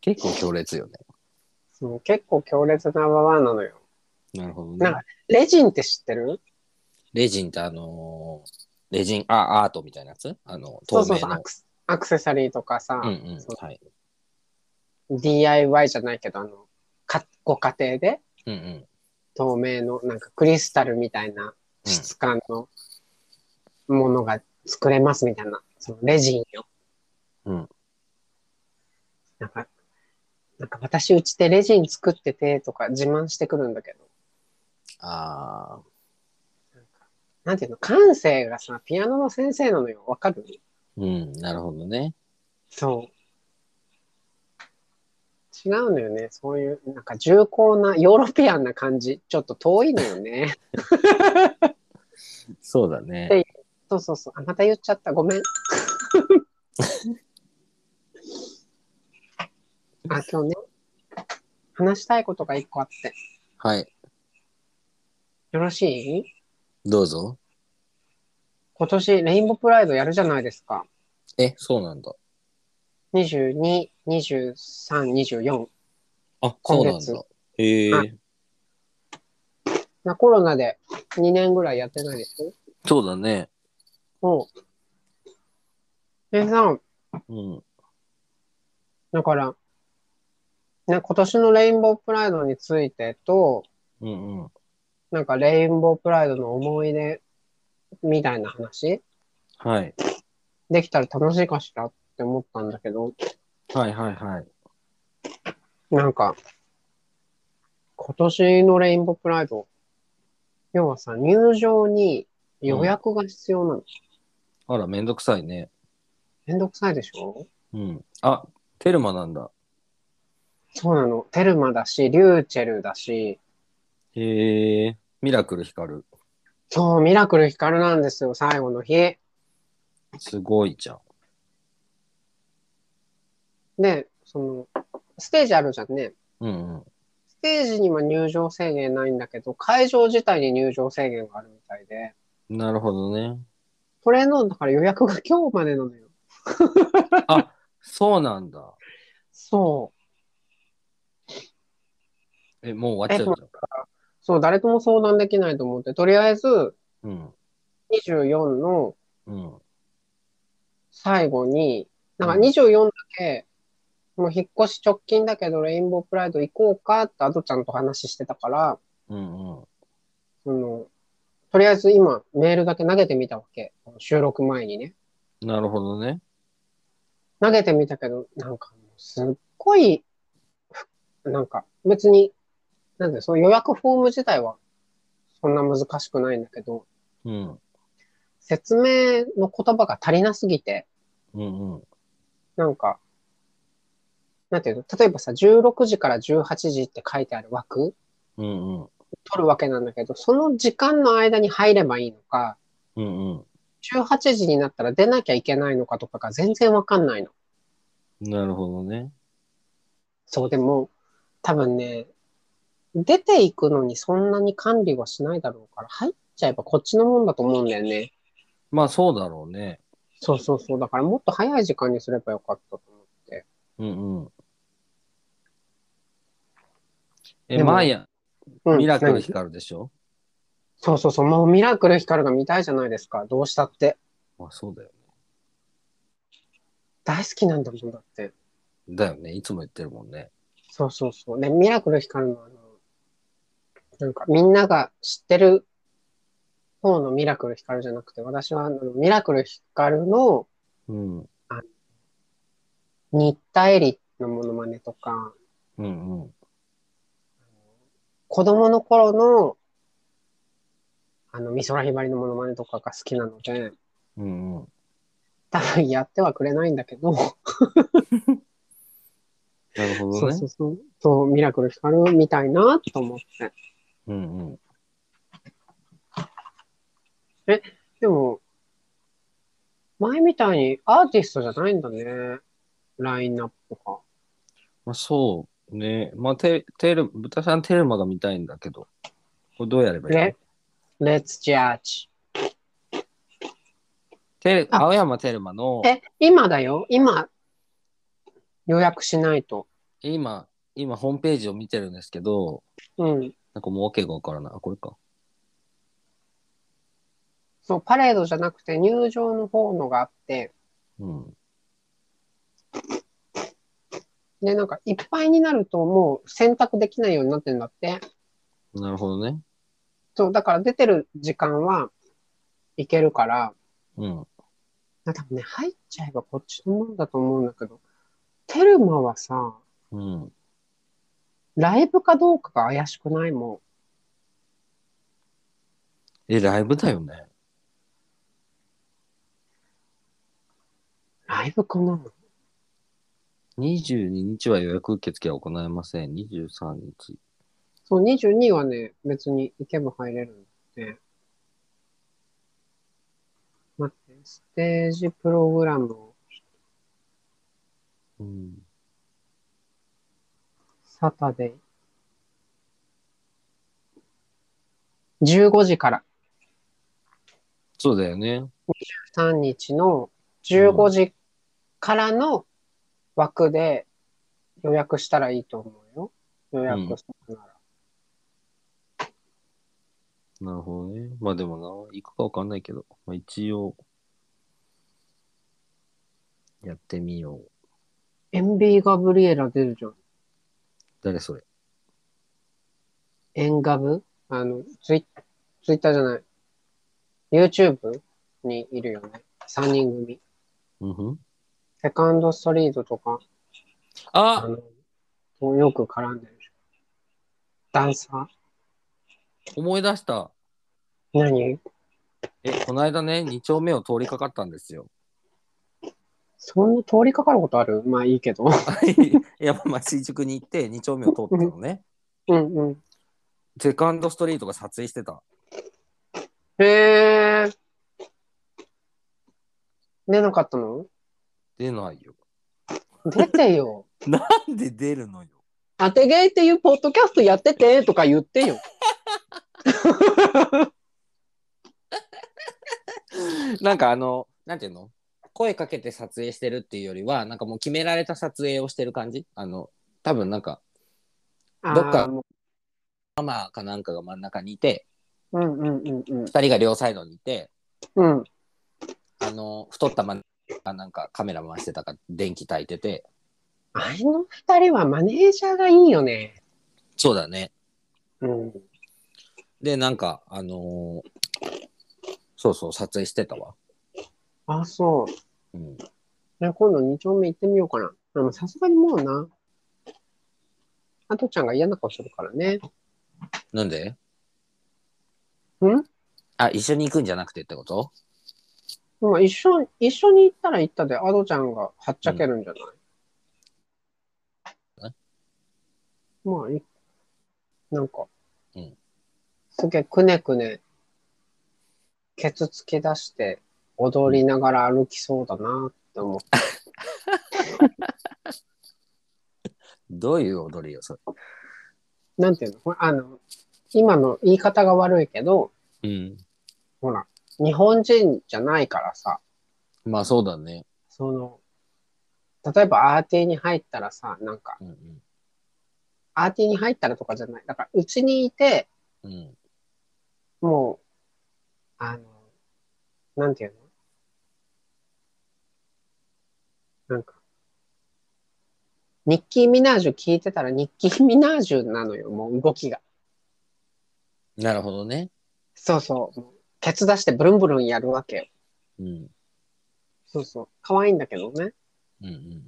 Speaker 2: 結構強烈よね。
Speaker 1: そう結構強烈なババアなのよ。
Speaker 2: なるほど
Speaker 1: な
Speaker 2: ね
Speaker 1: ん。かレジンって知ってる
Speaker 2: レジンってあのーレジンあアートみたいなやつあの、透
Speaker 1: そうそう
Speaker 2: 明の。
Speaker 1: そうアクセ、アクセサリーとかさ、
Speaker 2: うんうん。
Speaker 1: そう
Speaker 2: はい。
Speaker 1: DIY じゃないけど、あの、かご家庭で
Speaker 2: うんうん。
Speaker 1: 透明の、なんかクリスタルみたいな質感のものが作れますみたいな、そのレジンよ。
Speaker 2: うん。
Speaker 1: なんか、なんか私うちでレジン作っててとか自慢してくるんだけど、
Speaker 2: あ
Speaker 1: なんていうの、感性がさ、ピアノの先生なのよ。わかる
Speaker 2: ーうん、なるほどね。
Speaker 1: そう。違うのよね。そういう、なんか重厚な、ヨーロピアンな感じ。ちょっと遠いのよね。
Speaker 2: そうだね。
Speaker 1: そうそうそう。あ、また言っちゃった。ごめん。あ、今日ね、話したいことが一個あって。
Speaker 2: はい、
Speaker 1: よろしい
Speaker 2: どうぞ。
Speaker 1: 今年、レインボープライドやるじゃないですか。
Speaker 2: え、そうなんだ。
Speaker 1: 22、23、24。
Speaker 2: あ、そ
Speaker 1: 今
Speaker 2: うなん
Speaker 1: 月
Speaker 2: だ。へえ。
Speaker 1: はなコロナで2年ぐらいやってないでしょ
Speaker 2: そうだね。
Speaker 1: そう。でさ、
Speaker 2: うん。
Speaker 1: だから、ね、今年のレインボープライドについてと、
Speaker 2: うんうん。
Speaker 1: なんかレインボープライドの思い出みたいな話
Speaker 2: はい。
Speaker 1: できたら楽しいかしらって思ったんだけど、
Speaker 2: はいはいはい。
Speaker 1: なんか、今年のレインボープライド、要はさ、入場に予約が必要なの。
Speaker 2: あら、めんどくさいね。
Speaker 1: めんどくさいでしょ
Speaker 2: うん。あ、テルマなんだ。
Speaker 1: そうなの。テルマだし、リューチェルだし、
Speaker 2: へえ。ミラクル光る。
Speaker 1: そう、ミラクルヒカルなんですよ、最後の日。
Speaker 2: すごいじゃん。
Speaker 1: で、その、ステージあるじゃんね。
Speaker 2: うんうん。
Speaker 1: ステージには入場制限ないんだけど、会場自体に入場制限があるみたいで、
Speaker 2: なるほどね。
Speaker 1: これの、だから予約が今日までなのよ。
Speaker 2: あ、そうなんだ。
Speaker 1: そう。
Speaker 2: え、もう終わっちゃうじ
Speaker 1: そう、誰とも相談できないと思って、とりあえず、
Speaker 2: ゃん。うん。
Speaker 1: 24の
Speaker 2: うん。
Speaker 1: 最後に、なんか
Speaker 2: うん
Speaker 1: 24だけ、もう引っ越し直近だけど、レインボープライド行こうかって、アドちゃんと話してたから、
Speaker 2: うんうん。
Speaker 1: その、とりあえず今、メールだけ投げてみたわけ。収録前にね。
Speaker 2: なるほどね。
Speaker 1: 投げてみたけど、なんか、すっごい、ふなんか、別に、なんで、その予約フォーム自体は、そんな難しくないんだけど、
Speaker 2: うん。
Speaker 1: 説明の言葉が足りなすぎて、
Speaker 2: うんうん。
Speaker 1: なんか、なんていうの、例えばさ、16時から18時って書いてある枠、
Speaker 2: うんうん。
Speaker 1: 取るわけなんだけど、その時間の間に入ればいいのか、
Speaker 2: うんうん。
Speaker 1: 18時になったら出なきゃいけないのかとかが全然わかんないの。
Speaker 2: なるほどね。
Speaker 1: そう、でも、多分ね、出ていくのにそんなに管理はしないだろうから、入っちゃえばこっちのもんだと思うんだよね。
Speaker 2: まあそうだろうね。
Speaker 1: そうそうそう。だからもっと早い時間にすればよかったと思って。
Speaker 2: うんうん。え、
Speaker 1: でも
Speaker 2: マーヤ、
Speaker 1: うん、
Speaker 2: ミラクル
Speaker 1: 何
Speaker 2: 光るでしょ
Speaker 1: そうそうそう、もうミラクル光が見たいじゃないですか。どうしたって。
Speaker 2: まあそうだよ。
Speaker 1: 大好きなんだもんだって。
Speaker 2: だよね。いつも言ってるもんね。
Speaker 1: そうそうそう。で、ミラクル光のあの、なんかみんなが知ってる方のミラクル光じゃなくて、私はあのミラクル光の
Speaker 2: うん。うん
Speaker 1: 新田絵里のモノマネとか、
Speaker 2: うん。
Speaker 1: 子供の頃の、あの、美空ひばりのモノマネとかが好きなので、
Speaker 2: うんうん。
Speaker 1: 多分やってはくれないんだけど、
Speaker 2: なるほ
Speaker 1: そ
Speaker 2: ど
Speaker 1: う
Speaker 2: ね
Speaker 1: そ。うそう、そう、ミラクル光みたいなと思って。
Speaker 2: うんうん。
Speaker 1: でも、前みたいにアーティストじゃないんだね。ラインナップが。
Speaker 2: まあそうね。まあテテル、豚さんテルマが見たいんだけど、これどうやればいいの
Speaker 1: ね Let's judge.
Speaker 2: テル
Speaker 1: あ
Speaker 2: 青山テルマの
Speaker 1: え、今だよ。今、予約しないと。
Speaker 2: 今、今ホームページを見てるんですけど、
Speaker 1: うん。
Speaker 2: なんかもう訳がわからない。あ、これか。
Speaker 1: そう、パレードじゃなくて入場の方のがあって、
Speaker 2: うん。
Speaker 1: で、なんかいっぱいになるともう選択できないようになってんだって。
Speaker 2: なるほどね。
Speaker 1: そう、だから出てる時間はいけるから、
Speaker 2: うん。
Speaker 1: 多分ね、入っちゃえばこっちのもんだと思うんだけど、テルマはさ、
Speaker 2: うん。
Speaker 1: ライブかどうかが怪しくないもん。
Speaker 2: え、ライブだよね。
Speaker 1: ライブかな
Speaker 2: 22日は予約受付は行えません。23日。
Speaker 1: そう、22はね、別に行けば入れるんで。待って、ステージプログラムを
Speaker 2: うん。
Speaker 1: サタデイ。15時から、
Speaker 2: そうだよね。
Speaker 1: 3日の15時からの枠で予約したらいいと思うよ。予約するなら。
Speaker 2: なるほどね。まあでもな、行くかわかんないけど、まあ一応、やってみよう。
Speaker 1: MB ガブリエラ出るじゃん。
Speaker 2: 誰それ
Speaker 1: エンガブあの、ツイツイッターじゃない。YouTube にいるよね。3人組。
Speaker 2: うんふん。
Speaker 1: セカンドストリートとか、あ
Speaker 2: あ
Speaker 1: の、よく絡んでるじゃん。ダンサー
Speaker 2: 思い出した。
Speaker 1: 何
Speaker 2: え、この間ね、2丁目を通りかかったんですよ。
Speaker 1: そんな通りかかることあるまあいいけど。
Speaker 2: いや、まあ新宿に行って2丁目を通ったのね。
Speaker 1: うんうん。
Speaker 2: セカンドストリートが撮影してた。
Speaker 1: へえ。出なかったの
Speaker 2: 出ないよ。
Speaker 1: 出てよ。
Speaker 2: なんで出るのよ。
Speaker 1: 当てゲーっていうポッドキャストやっててとか言ってよ。
Speaker 2: なんかあの、なんていうの声かけて撮影してるっていうよりは、なんかもう決められた撮影をしてる感じあの、多分なんか、
Speaker 1: あー
Speaker 2: どっかママかなんかが真ん中にいて、
Speaker 1: うんうんうんうん。
Speaker 2: 2人が両サイドにいて、
Speaker 1: うん。
Speaker 2: あの、太ったまがなんかカメラ回してたから電気焚いてて、
Speaker 1: あの二人はマネージャーがいいよね。
Speaker 2: そうだね。
Speaker 1: うん。
Speaker 2: で、なんか、あのーそうそう、撮影してたわ。
Speaker 1: あ、そう。
Speaker 2: うん。
Speaker 1: じゃあ今度二丁目行ってみようかな。でもさすがにもうな。あとちゃんが嫌な顔するからね。
Speaker 2: なんで
Speaker 1: ん
Speaker 2: あ、一緒に行くんじゃなくてってこと
Speaker 1: まあ一緒、一緒に行ったら行ったで、アドちゃんがはっちゃけるんじゃない、まあいい、なんか、
Speaker 2: うん
Speaker 1: すげえくねくね、ケツつき出して踊りながら歩きそうだなって思って。
Speaker 2: どういう踊りよ、そ
Speaker 1: なんていうのこれあの、今の言い方が悪いけど、
Speaker 2: れ。うん。
Speaker 1: ほら、日本人じゃないからさ、
Speaker 2: まあそうだね。
Speaker 1: その、例えばアーティに入ったらさ、なんか、
Speaker 2: うん
Speaker 1: アーティに入ったらとかじゃない。だから、うちにいて、
Speaker 2: うん。うん。
Speaker 1: もう、あの、なんていうのなんか、ニッキー・ミナージュ聞いてたらニッキー・ミナージュなのよ、もう動きが。
Speaker 2: なるほどね。
Speaker 1: そうそう。ケツ出してブルンブルンやるわけよ。
Speaker 2: うん。うん
Speaker 1: そうそう。可愛いんだけどね。
Speaker 2: うんうん。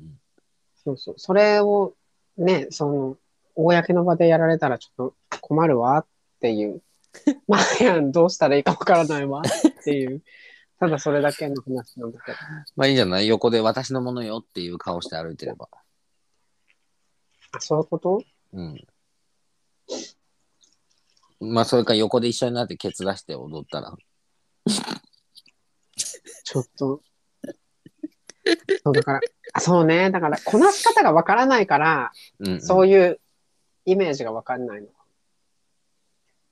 Speaker 1: そうそう。それを、ね、その、公の場でやられたらちょっと困るわっていう。まあ、いやどうしたらいいかわからないわっていう。ただそれだけの話なんだけど。
Speaker 2: まあいいんじゃない横で私のものよっていう顔して歩いてれば。
Speaker 1: あ、そういうこと
Speaker 2: うん。まあそれか横で一緒になってケツ出して踊ったら。
Speaker 1: ちょっと。そうだから、あそうね。だから、こなし方がわからないから、
Speaker 2: うん、うん。
Speaker 1: そういうイメージがわかんないの。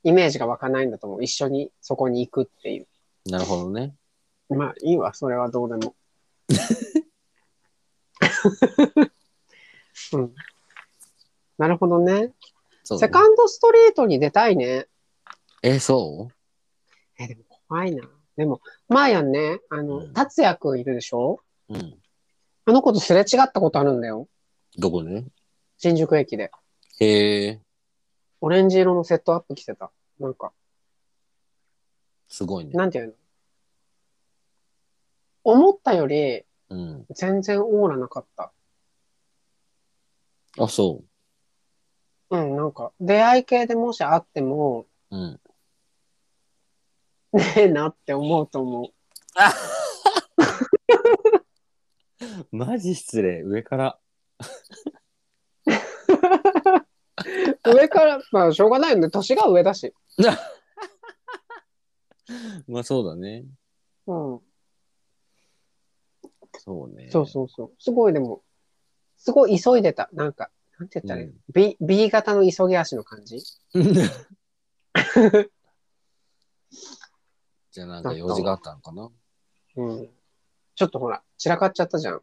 Speaker 1: イメージがわかんないんだと思う。一緒にそこに行くっていう。
Speaker 2: なるほどね。
Speaker 1: まあいいわ、それはどう でも。うん、なるほどね。
Speaker 2: そう
Speaker 1: セカンドストリートに出たいね。
Speaker 2: え、そう
Speaker 1: え、でも怖いな。でも、まあやんね、あ
Speaker 2: う
Speaker 1: の、
Speaker 2: ん
Speaker 1: 達也くんいるでしょ
Speaker 2: うん。
Speaker 1: あの子とすれ違ったことあるんだよ。
Speaker 2: どこで
Speaker 1: 新宿駅で。
Speaker 2: へえ、
Speaker 1: オレンジ色のセットアップ着てた。なんか、
Speaker 2: すごいね。
Speaker 1: なんていうの思ったより
Speaker 2: うん。
Speaker 1: 全然オーラなかった。
Speaker 2: あ、そ
Speaker 1: うん、なんか、出会い系でもしあっても、
Speaker 2: う。うん。
Speaker 1: ねえなって思うと思
Speaker 2: マジ失礼。上から。
Speaker 1: う。上から、まあしょうがないよね。年が上だし。
Speaker 2: まあそうだね。
Speaker 1: うん。
Speaker 2: そうね。
Speaker 1: そうそうそう。すごいでも、すごい急いでた。なんか、なんて言ったらいいの、B, ?B 型の急ぎ足の感じ。
Speaker 2: う。じゃあなんか用事があったのかな
Speaker 1: うん。ちょっとほら、散らかっちゃったじゃん。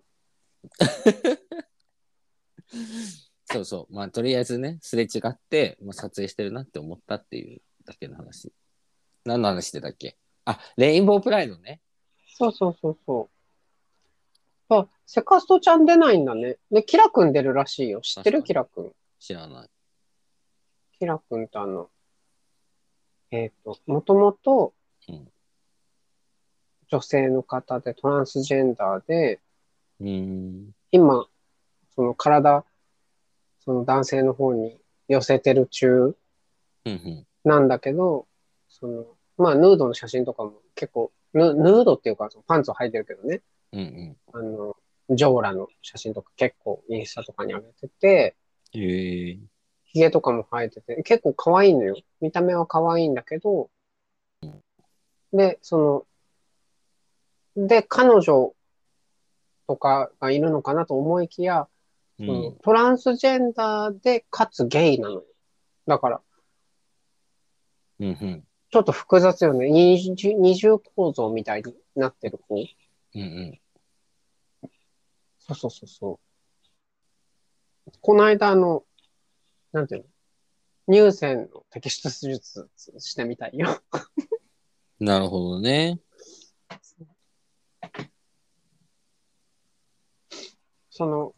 Speaker 2: そうそう。まあとりあえずね、すれ違って、まあ、撮影してるなって思ったっていうだけの話。何の話してたっけあ、レインボープライドね。
Speaker 1: そうそうそうそう。あ、セカストちゃん出ないんだね。で、キラくん出るらしいよ。知ってる
Speaker 2: 確
Speaker 1: キラくん。
Speaker 2: 知らない。
Speaker 1: キラくんとあの、えっ、と、もともと
Speaker 2: うん、
Speaker 1: 女性の方で、トランスジェンダーで、
Speaker 2: うーん。
Speaker 1: 今、その体、その男性の方に寄せてる中
Speaker 2: うんうん。
Speaker 1: なんだけど、その、まあ、ヌードの写真とかも結構、ヌヌードっていうか、そのパンツを履いてるけどね、
Speaker 2: うんうん。
Speaker 1: あの、ジョーラの写真とか結構インスタとかに上げてて、
Speaker 2: へえ。
Speaker 1: ヒゲとかも生えてて、結構可愛いのよ。見た目は可愛いんだけど、で、その、で、彼女とかがいるのかなと思いきや、そ
Speaker 2: う
Speaker 1: の
Speaker 2: ん。
Speaker 1: トランスジェンダーで、かつゲイなのよ。だから、
Speaker 2: うんうん。
Speaker 1: ちょっと複雑よね。二重二重構造みたいになってる子。
Speaker 2: うんうん。
Speaker 1: そうそうそうそう。この間、あの、なんていうの乳腺の摘出手術してみたいよ。
Speaker 2: なるほどね。
Speaker 1: その、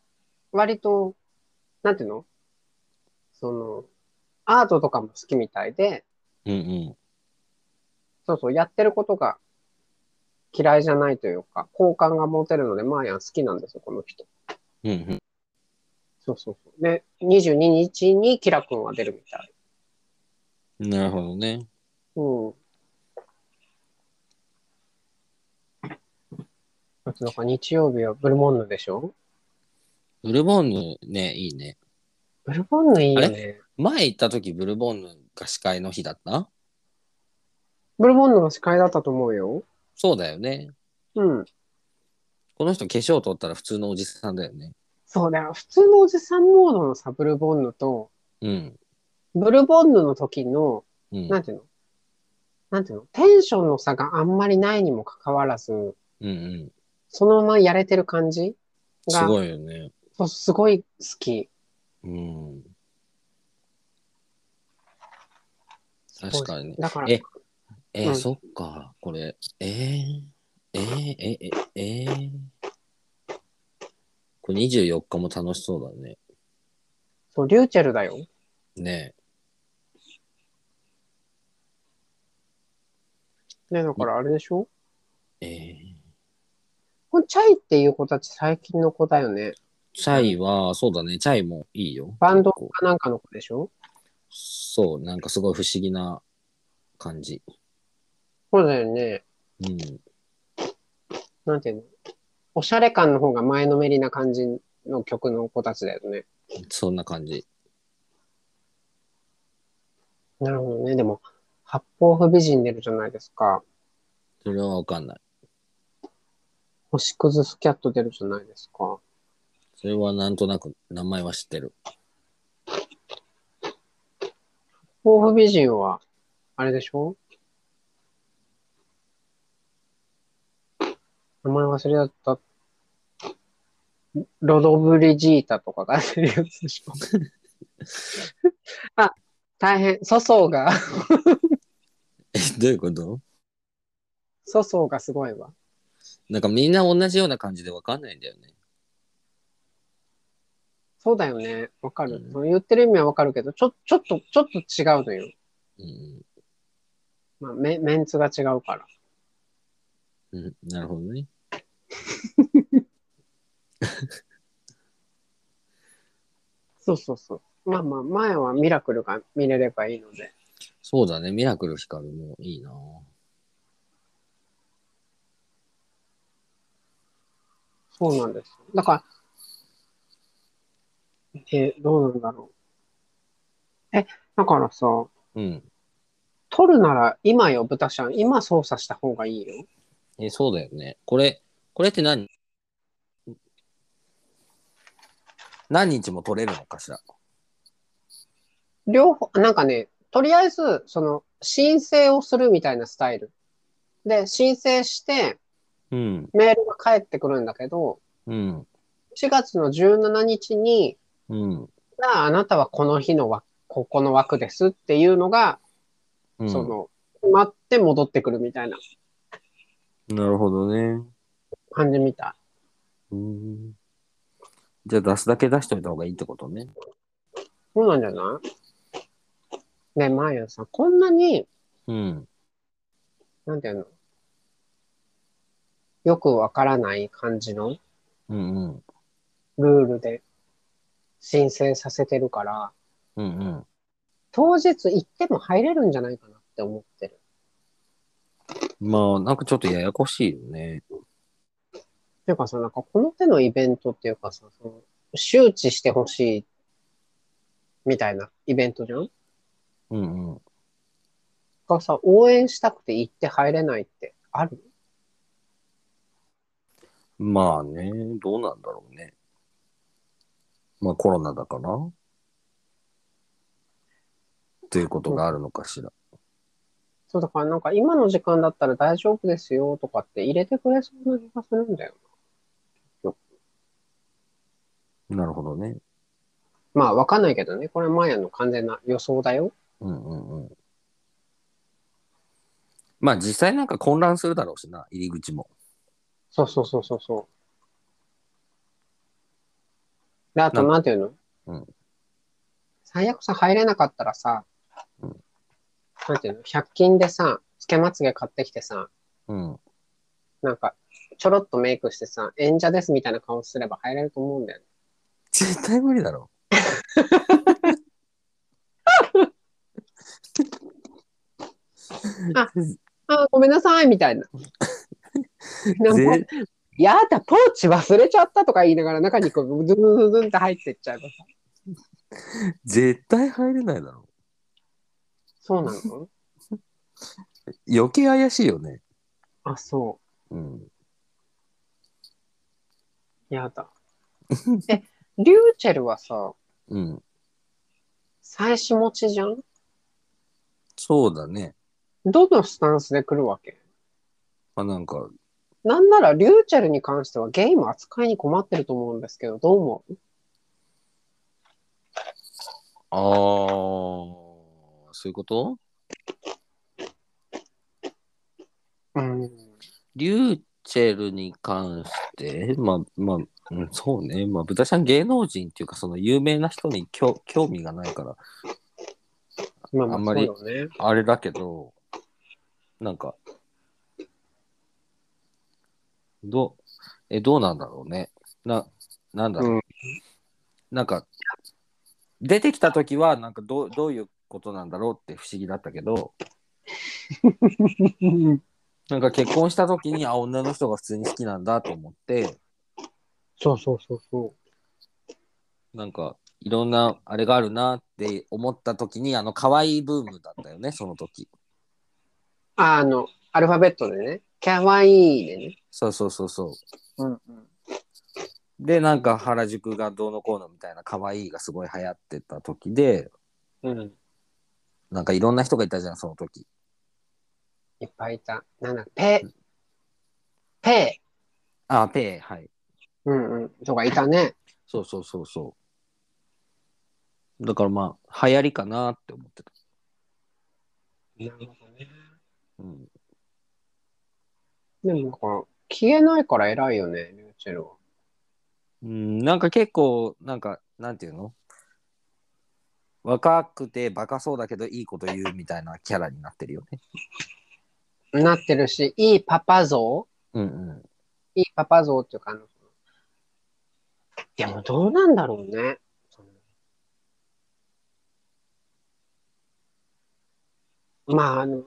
Speaker 1: 割と、なんていうのその、アートとかも好きみたいで、
Speaker 2: うんうん。
Speaker 1: そうそう、やってることが嫌いじゃないというか、好感が持てるので、マーヤン好きなんですよ、この人。
Speaker 2: うんうん。
Speaker 1: そうそうそう。で、22日にキラ君は出るみたい。
Speaker 2: なるほどね。
Speaker 1: うん。あとなんか日曜日はブルボンヌでしょ
Speaker 2: ブルボンヌね、いいね。
Speaker 1: ブルボンヌいいよね。
Speaker 2: 前行った時ブルボンヌが司会の日だった
Speaker 1: ブルボンヌが司会だったと思うよ。
Speaker 2: そうだよね。
Speaker 1: うん。
Speaker 2: この人化粧取ったら普通のおじさんだよね。
Speaker 1: そうだよ。普通のおじさんモードのさ、ブルボンヌと、
Speaker 2: うん。
Speaker 1: ブルボンヌの時の、
Speaker 2: うん。
Speaker 1: なんていうのなんていうのテンションの差があんまりないにもかかわらず、
Speaker 2: うんうん。
Speaker 1: そのままやれてる感じが、
Speaker 2: すごいよね。
Speaker 1: そうすごい好き。
Speaker 2: うん。
Speaker 1: ごい
Speaker 2: 確かにね。
Speaker 1: だから、
Speaker 2: え、えー
Speaker 1: うん
Speaker 2: そっか、これ。えー、えー、えー、えー、えーこれ24日も楽しそうだね。
Speaker 1: そう、リューチェルだよ。
Speaker 2: ね
Speaker 1: ね、だからあれでしょ
Speaker 2: え。えー
Speaker 1: このチャイっていう子たち最近の子だよね。
Speaker 2: チャイは、そうだね、チャイもいいよ。
Speaker 1: バンド
Speaker 2: 結構
Speaker 1: かなんかの子でしょ
Speaker 2: そう、なんかすごい不思議な感じ。
Speaker 1: そうだよね。
Speaker 2: うん。
Speaker 1: なんていうのおしゃれ感の方が前のめりな感じの曲の子たちだよね。
Speaker 2: そんな感じ。
Speaker 1: なるほどね。でも、八方不美人出るじゃないですか。
Speaker 2: それはわかんない。
Speaker 1: 星屑スキャット出るじゃないですか。
Speaker 2: それはなんとなく名前は知ってる。
Speaker 1: 八方不美人は、あれでしょ名前忘れちゃった。ロドブリジータとかが出るやつでしょ あ、大変。粗相が、
Speaker 2: え、どういうこと
Speaker 1: 粗相がすごいわ。
Speaker 2: なんかみんな同じような感じでわかんないんだよね。
Speaker 1: そうだよね。わかる
Speaker 2: う。ん
Speaker 1: その言ってる意味はわかるけど、ちょ、ちょっと、ちょっと違うのよ。
Speaker 2: うん。
Speaker 1: まあ、メメンツが違うから。
Speaker 2: うん、なるほどね。
Speaker 1: そうそうそう。まあまあ、前はミラクルが見れればいいので。
Speaker 2: そうだね、ミラクル光るもいいな
Speaker 1: そうなんです。だから、えーどうなんだろう。え、だからさ、
Speaker 2: うん。
Speaker 1: 撮るなら今よ、豚ちゃん。今操作した方がいいよ。
Speaker 2: え、そうだよね。これ、これって何何日も取れるのかしら
Speaker 1: 両方、なんかね、とりあえず、その、申請をするみたいなスタイル。で、申請して、
Speaker 2: うん。
Speaker 1: メールが返ってくるんだけど、
Speaker 2: うん。
Speaker 1: 4月の17日に、
Speaker 2: うん。
Speaker 1: じゃああなたはこの日の枠、ここの枠ですっていうのが、
Speaker 2: うん、
Speaker 1: その、決まって戻ってくるみたいな
Speaker 2: なるほどね。
Speaker 1: 感じみたい。
Speaker 2: うん。じゃあ出すだけ出しといた方がいいってことね。
Speaker 1: そうなんじゃないねえ、マーヤさん、こんなに、
Speaker 2: うん。
Speaker 1: なんていうのよくわからない感じの
Speaker 2: うんうん。
Speaker 1: ルールで申請させてるから、
Speaker 2: うんうん。
Speaker 1: 当日行っても入れるんじゃないかなって思ってる。
Speaker 2: まあ、なんかちょっとややこしいよね。
Speaker 1: ていうかさ、なんかこの手のイベントっていうかさ、その周知してほしいみたいなイベントじゃん
Speaker 2: うんうん。
Speaker 1: がさ、応援したくて行って入れないってある
Speaker 2: まあね、どうなんだろうね。まあコロナだからということがあるのかしら。
Speaker 1: そうだからなんか今の時間だったら大丈夫ですよとかって入れてくれそうな気がするんだよ。
Speaker 2: なるほどね。
Speaker 1: まあ、わかんないけどね。これはマヤの完全な予想だよ。
Speaker 2: うんうんうん。まあ実際なんか混乱するだろうしな、入り口も。
Speaker 1: そうそうそうそうそう。で、あと、
Speaker 2: な
Speaker 1: なんていうの
Speaker 2: うん
Speaker 1: 最悪さ、入れなかったらさ、
Speaker 2: うん
Speaker 1: なんていうの ?100 均でさ、つけまつげ買ってきてさ、
Speaker 2: うん。
Speaker 1: なんか、ちょろっとメイクしてさ、演者ですみたいな顔すれば入れると思うんだよね。
Speaker 2: 絶対無理だろ。
Speaker 1: あー、ごめんなさいみたい な。なんか
Speaker 2: ぜ
Speaker 1: やだ、ポーチ忘れちゃったとか言いながら中にこう、ズンズンズンって入ってっちゃえばさ。
Speaker 2: 絶対入れないだろ
Speaker 1: そうなの
Speaker 2: う。余計怪しいよね。
Speaker 1: あ、そう。
Speaker 2: うん。
Speaker 1: や だ。え、リューチェルはさ、
Speaker 2: うん。
Speaker 1: 妻子持ちじゃん
Speaker 2: そうだね。
Speaker 1: どのスタンスで来るわけ
Speaker 2: まあなんか、
Speaker 1: なんならリューチェルに関してはゲーム扱いに困ってると思うんですけど、どう思う
Speaker 2: ああ、そういうこと
Speaker 1: うん。
Speaker 2: リューチェルに関して、まあまあ、うん、そうね、まあ、豚ちゃん芸能人っていうか、その有名な人に興興味がないから、
Speaker 1: まあま
Speaker 2: あん
Speaker 1: あ、そ
Speaker 2: ま
Speaker 1: う
Speaker 2: り
Speaker 1: よね。
Speaker 2: あれだけど、なんか、どう、え、どうなんだろうね。な、なんだろう。
Speaker 1: うん
Speaker 2: なんか、出てきた時は、なんかどう、どういうことなんだろうって不思議だったけど、なんか結婚した時に、あ、女の人が普通に好きなんだと思って、
Speaker 1: そうそうそうそ
Speaker 2: なんかいろんなあれがあるなって思った時にあの可愛いブームだったよねその時
Speaker 1: う。あの、アルファベットでね。かわいいでね。
Speaker 2: そうそうそうそ
Speaker 1: うんうん。
Speaker 2: うでなんか原宿がどうのこうのみたいな可愛いがすごい流行ってた時で
Speaker 1: うん。
Speaker 2: なんかいろんな人がいたじゃんその時
Speaker 1: いっぱいいた。なんだっけ、ペ、ペ、
Speaker 2: あペーはい
Speaker 1: うんうん。とかいたね。
Speaker 2: そうそうそうそうだからまあ流行りかなって思ってた、
Speaker 1: なるほどね。
Speaker 2: うん、
Speaker 1: でもなんか、消えないから偉いよね、リューチェルは。
Speaker 2: うんなんか結構なんかなんていうの若くてバカそうだけどいいこと言うみたいなキャラになってるよね
Speaker 1: なってるし、いいパパ像
Speaker 2: うんうん
Speaker 1: いいパパ像っていうか、あの、でもどうなんだろうね。まあ、あの、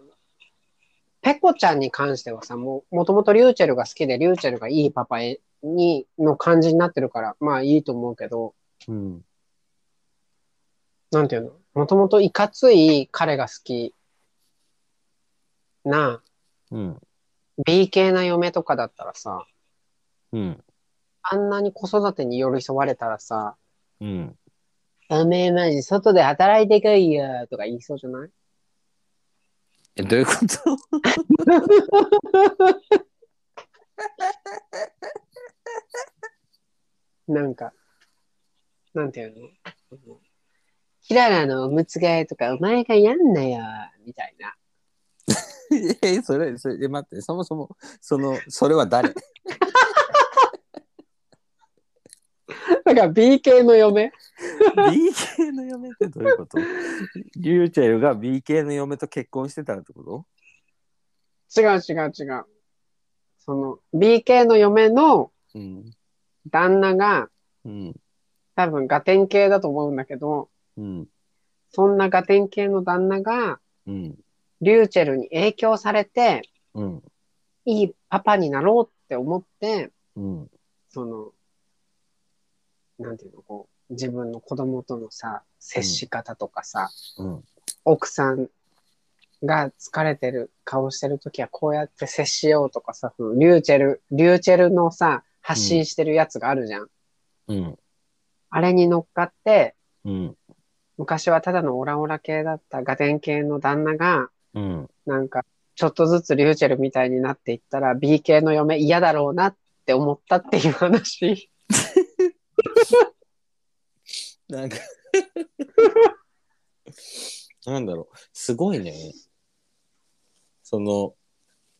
Speaker 1: ペコちゃんに関してはさ、もう、もともとリューチェルが好きで、リューチェルがいいパパへに、の感じになってるから、まあいいと思うけど、
Speaker 2: うん
Speaker 1: なんていうのもともといかつい彼が好きな、
Speaker 2: うん
Speaker 1: B 系な嫁とかだったらさ、
Speaker 2: うん。
Speaker 1: あんなに子育てに寄り添われたらさ、
Speaker 2: うん。
Speaker 1: おめえマジ外で働いてこいよとか言いそうじゃない
Speaker 2: え、どういうこと
Speaker 1: なんか、なんていうのキララのおむつ替えとかお前がやんなよみたいな。
Speaker 2: え、それ、それ、え待って、そもそも、その、それは誰
Speaker 1: だから B 系の嫁
Speaker 2: ?B 系の嫁ってどういうことリューチェルが B 系の嫁と結婚してたってこと
Speaker 1: 違う違う違う。その B 系の嫁の
Speaker 2: うん。
Speaker 1: 旦那が
Speaker 2: うん。
Speaker 1: 多分ガテン系だと思うんだけど、
Speaker 2: うん。
Speaker 1: そんなガテン系の旦那が
Speaker 2: うん。
Speaker 1: リューチェルに影響されて、
Speaker 2: うん。
Speaker 1: いいパパになろうって思って、
Speaker 2: うん。
Speaker 1: その、なんていうの、こう、自分の子供とのさ、接し方とかさ、
Speaker 2: うん。
Speaker 1: 奥さんが疲れてる顔してるときはこうやって接しようとかさ、そのリューチェル、リューチェルのさ、発信してるやつがあるじゃん。
Speaker 2: うん。
Speaker 1: あれに乗っかって、
Speaker 2: うん。
Speaker 1: 昔はただのオラオラ系だったガテン系の旦那が、
Speaker 2: うん。
Speaker 1: なんか、ちょっとずつリューチェルみたいになっていったら、B 系の嫁嫌だろうなって思ったっていう話。
Speaker 2: なんか。なんだろう。すごいね。その、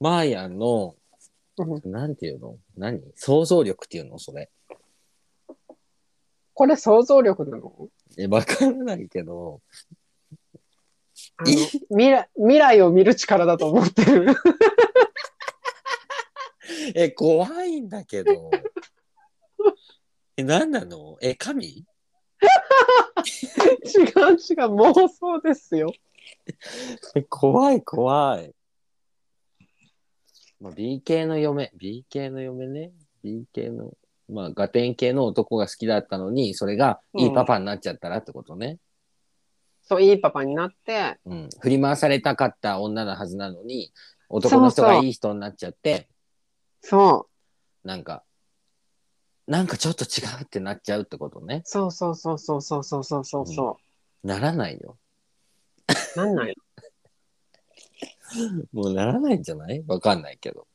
Speaker 2: マーヤンの、
Speaker 1: うん
Speaker 2: なんていうの何想像力っていうのそれ。
Speaker 1: これ想像力なの
Speaker 2: え、わからないけど、
Speaker 1: あの未来未来を見る力だと思って る。
Speaker 2: え、怖いんだけど。え、なんなのえ、神
Speaker 1: 違う違う、妄想ですよ。
Speaker 2: え、怖い怖い。まあ、B 系の嫁、B 系の嫁ね。B 系の、まあ、ガテン系の男が好きだったのに、それが
Speaker 1: うん
Speaker 2: いいパパになっちゃったらってことね。
Speaker 1: そう、いいパパになって、
Speaker 2: うん。振り回されたかった女のはずなのに、男の
Speaker 1: そ
Speaker 2: 人
Speaker 1: う
Speaker 2: が
Speaker 1: そう
Speaker 2: いい人になっちゃって、
Speaker 1: そう、
Speaker 2: なんか、なんかちょっと違うってなっちゃうってことね。
Speaker 1: そうそうそうそうそうそうそうそうそ
Speaker 2: ならないよ。
Speaker 1: う。なんない
Speaker 2: もうならないんじゃないわかんないけど。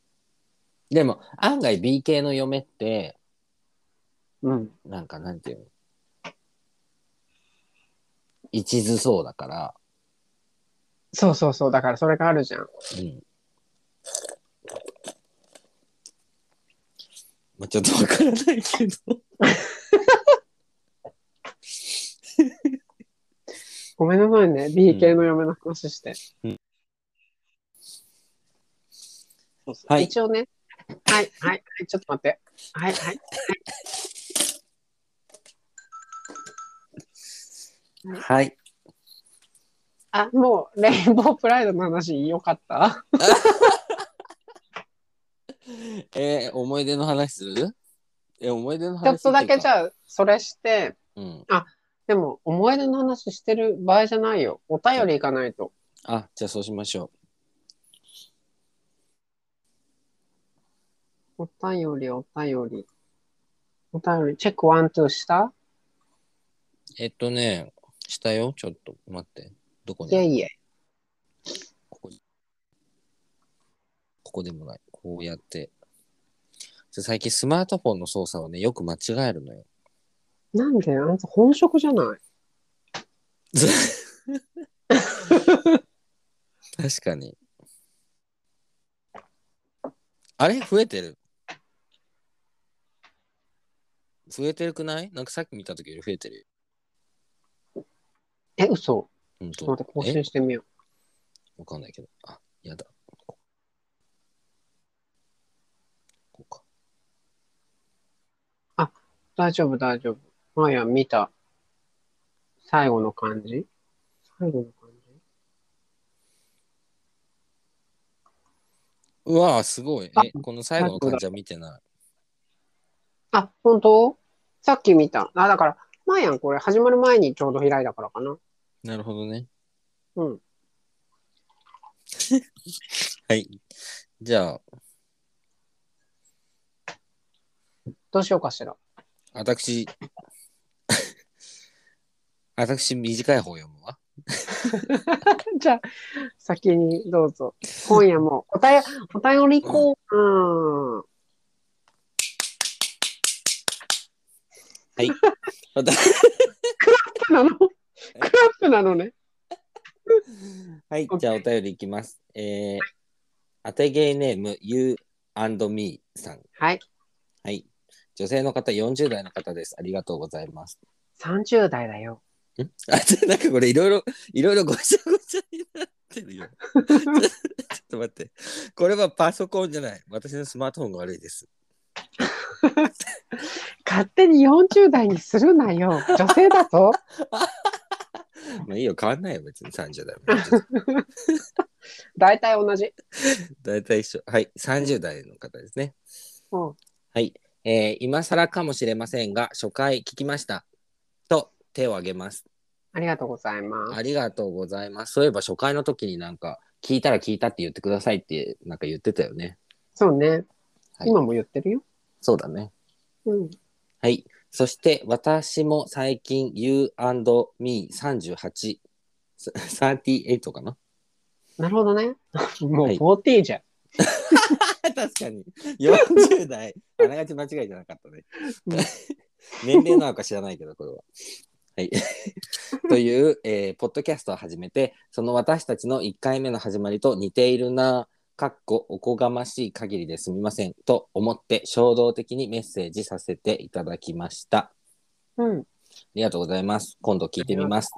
Speaker 2: でも、案外 B 系の嫁って、
Speaker 1: のうん。
Speaker 2: なんかなんていうの一途そうだから、
Speaker 1: そうそうそう。だからそれがあるじゃん。
Speaker 2: うん。まあ、ちょっとわからないけど。
Speaker 1: ごめんなさいね。B 系の嫁の話して。
Speaker 2: うん
Speaker 1: そうそう
Speaker 2: はい
Speaker 1: 一応ね。はい、はい、はい、ちょっと待って。はい、はい。
Speaker 2: はい。
Speaker 1: あ、もう、レインボープライドの話、よかった。
Speaker 2: えー思い出の話するえ、思い出の話
Speaker 1: ちょっとだけじ
Speaker 2: ゃ。
Speaker 1: ゃあ、それして、
Speaker 2: うん。
Speaker 1: でも、思い出の話してる場合じゃないよ。お便りいかないと。
Speaker 2: あ、じゃあそうしましょ
Speaker 1: お便り、お便り。お便り、チェックワン、ツーした
Speaker 2: う。えっとね、したよ。ちょっと待って。どこ
Speaker 1: いえ
Speaker 2: に
Speaker 1: いえ。
Speaker 2: ここにここでもない。こうやって。じゃあ最近スマートフォンの操作をね、よく間違え るのよ。
Speaker 1: なんであんた本職じゃない
Speaker 2: 確かに。あれ増えてる増えてるくないなんかさっき見た時より増えてるよ。
Speaker 1: え、嘘。
Speaker 2: ほん
Speaker 1: ちょっと待
Speaker 2: と
Speaker 1: って、更
Speaker 2: え
Speaker 1: 新してみよう。
Speaker 2: わかんないけど。あ、やだ。ここか。
Speaker 1: 大丈夫、大丈夫。まあや、見た。最後の感じ最後の感じ
Speaker 2: うわあ、すごい。え、この最後の
Speaker 1: 最後だ
Speaker 2: 感じは見てない。
Speaker 1: あ、本当さっき見た。あ、だから、まあやん、これ始まる前にちょうど開いたからかな。
Speaker 2: なるほどね。
Speaker 1: うん。
Speaker 2: はい。じゃあ、
Speaker 1: どうしようかしら。
Speaker 2: 私、 私、短い方読むわ。
Speaker 1: じゃあ、先にどうぞ。今夜もお便お便りコーナー。
Speaker 2: また
Speaker 1: クラップなのクラップなのね。
Speaker 2: はい、
Speaker 1: OK
Speaker 2: じゃあお便りいきます。えー、当てゲーネーム You and Me さん。
Speaker 1: はい。
Speaker 2: はい。女性の方、40代の方です。ありがとうございます。
Speaker 1: 30代だよ。
Speaker 2: んあ、ちょなんかこれいろいろ、いろいろごちゃごちゃになってる よ。ちょっと待って。これはパソコンじゃない。私のスマートフォンが悪いです。
Speaker 1: 勝手に40代にするなよ。女性だぞ。
Speaker 2: まあいいよ、変わんないよ、別に30代も。
Speaker 1: 大体同じ。
Speaker 2: 大体一緒。はい、30代の方ですね。
Speaker 1: うん。
Speaker 2: はい、えー今更かもしれませんが、初回聞きました。と、手を挙げます。
Speaker 1: ありがとうございます。
Speaker 2: ありがとうございます。そういえば初回の時になんか、聞いたら聞いたって言ってくださいって、なんか言ってたよね。
Speaker 1: そうね。
Speaker 2: はい
Speaker 1: 今も言ってるよ。
Speaker 2: そうだね。
Speaker 1: うん。
Speaker 2: はい。そして、私も最近、You and Me38、38かな
Speaker 1: なるほどね。もう
Speaker 2: はい
Speaker 1: 40じゃん。
Speaker 2: 確かに。40代。あながち間違いじゃなかったね
Speaker 1: うん。
Speaker 2: 年齢なのか知らないけど、これは。 はい。という、えーポッドキャストを始めて、その私たちの1回目の始まりと似ているな、かっこおこがましい限りですみません、と思って衝動的にメッセージさせていただきました。
Speaker 1: うん。
Speaker 2: ありがとうございます。今度聞いてみます。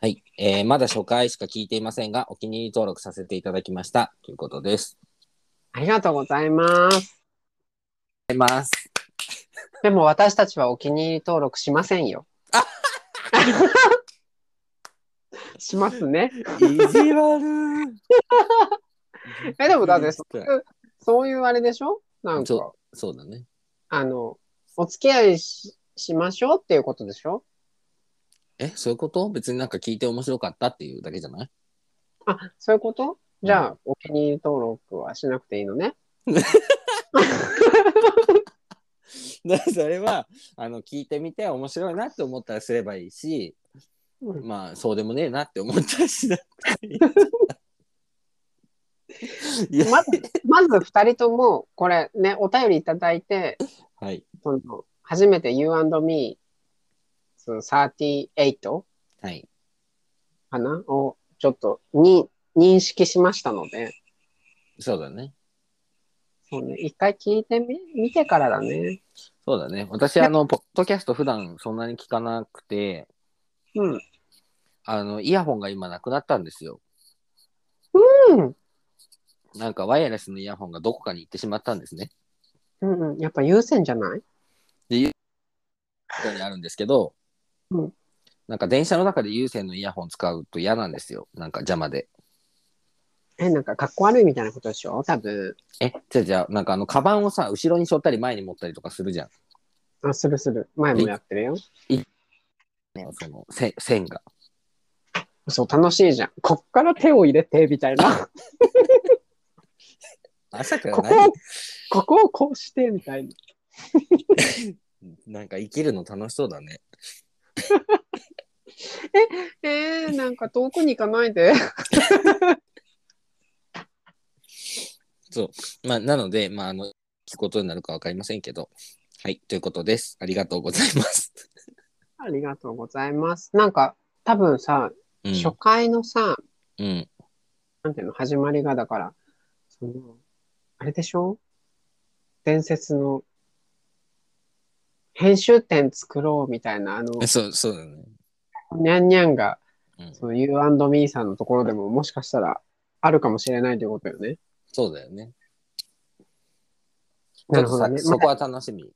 Speaker 2: はい、えーまだ初回しか聞いていませんが、お気に入り登録させていただきました。ということです。
Speaker 1: ありがとうございます。
Speaker 2: ありがとうございます。
Speaker 1: でも私たちはお気に入り登録しません よ。しますね。
Speaker 2: 意地悪
Speaker 1: えでもだってそういうあれでしょなん
Speaker 2: そ
Speaker 1: か、
Speaker 2: そうだね。
Speaker 1: あの、お付き合いししましょうっていうことでしょ
Speaker 2: え、そういうこと別になんか聞いて面白かったっていうだけじゃない
Speaker 1: あ、そういうことじゃあ、お気に入り登録はしなくていいのね。
Speaker 2: だからそれはあの聞いてみて面白いなって思ったらすればいいし、
Speaker 1: うん
Speaker 2: まあそうでもねえなって思ったらしなくていい。いや
Speaker 1: まず、 まず二人とも、これね、お便りいただいて、
Speaker 2: はい。
Speaker 1: その初めて U&Me その38
Speaker 2: はい。
Speaker 1: かなをちょっとに認識しましたので、
Speaker 2: そうだね。
Speaker 1: そうね、一回聞いてみ、見てからだね。
Speaker 2: そうだね。私、あの、ポッドキャスト普段そんなに聞かなくて、
Speaker 1: うん。
Speaker 2: あの、イヤホンが今なくなったんですよ。
Speaker 1: うん。
Speaker 2: なんかワイヤレスのイヤホンがどこかに行ってしまったんですね。
Speaker 1: うんうん。やっぱ優先じゃない
Speaker 2: ここにあるんですけど、
Speaker 1: うん
Speaker 2: なんか電車の中で有線のイヤホン使うと嫌なんですよ。なんか邪魔で。
Speaker 1: え、なんかかっこ悪いみたいなことでしょ多分。
Speaker 2: え、じゃあじゃあ、なんかあの、カバンをさ、後ろに背負ったり前に持ったりとかするじゃん。
Speaker 1: あ、するする。前もやってるよ。
Speaker 2: ね、その、せ線 が。
Speaker 1: そう、楽しいじゃん。こっから手を入れて、みたい な。
Speaker 2: まさか
Speaker 1: ここ
Speaker 2: 何
Speaker 1: ここをこうして、みたいな。
Speaker 2: なんか生きるの楽しそうだね。
Speaker 1: えー、なんか遠くに行かないで。
Speaker 2: まあ、なので、まあ、あの、聞くことになるかわかりませんけど。はい、ということです。ありがとうございます。
Speaker 1: ありがとうございます。なんか、多分さ、
Speaker 2: うん。
Speaker 1: 初回のさ、
Speaker 2: うん、
Speaker 1: なんていうの、始まりがだから、その、あれでしょ伝説の、編集点作ろうみたいな、あの、
Speaker 2: そう、そうだね。
Speaker 1: にゃんにゃんが、
Speaker 2: うん、
Speaker 1: その U&Me さんのところでももしかしたらあるかもしれないということよね。
Speaker 2: そうだよね。
Speaker 1: なるほどね
Speaker 2: ちょっとさそこは楽しみ。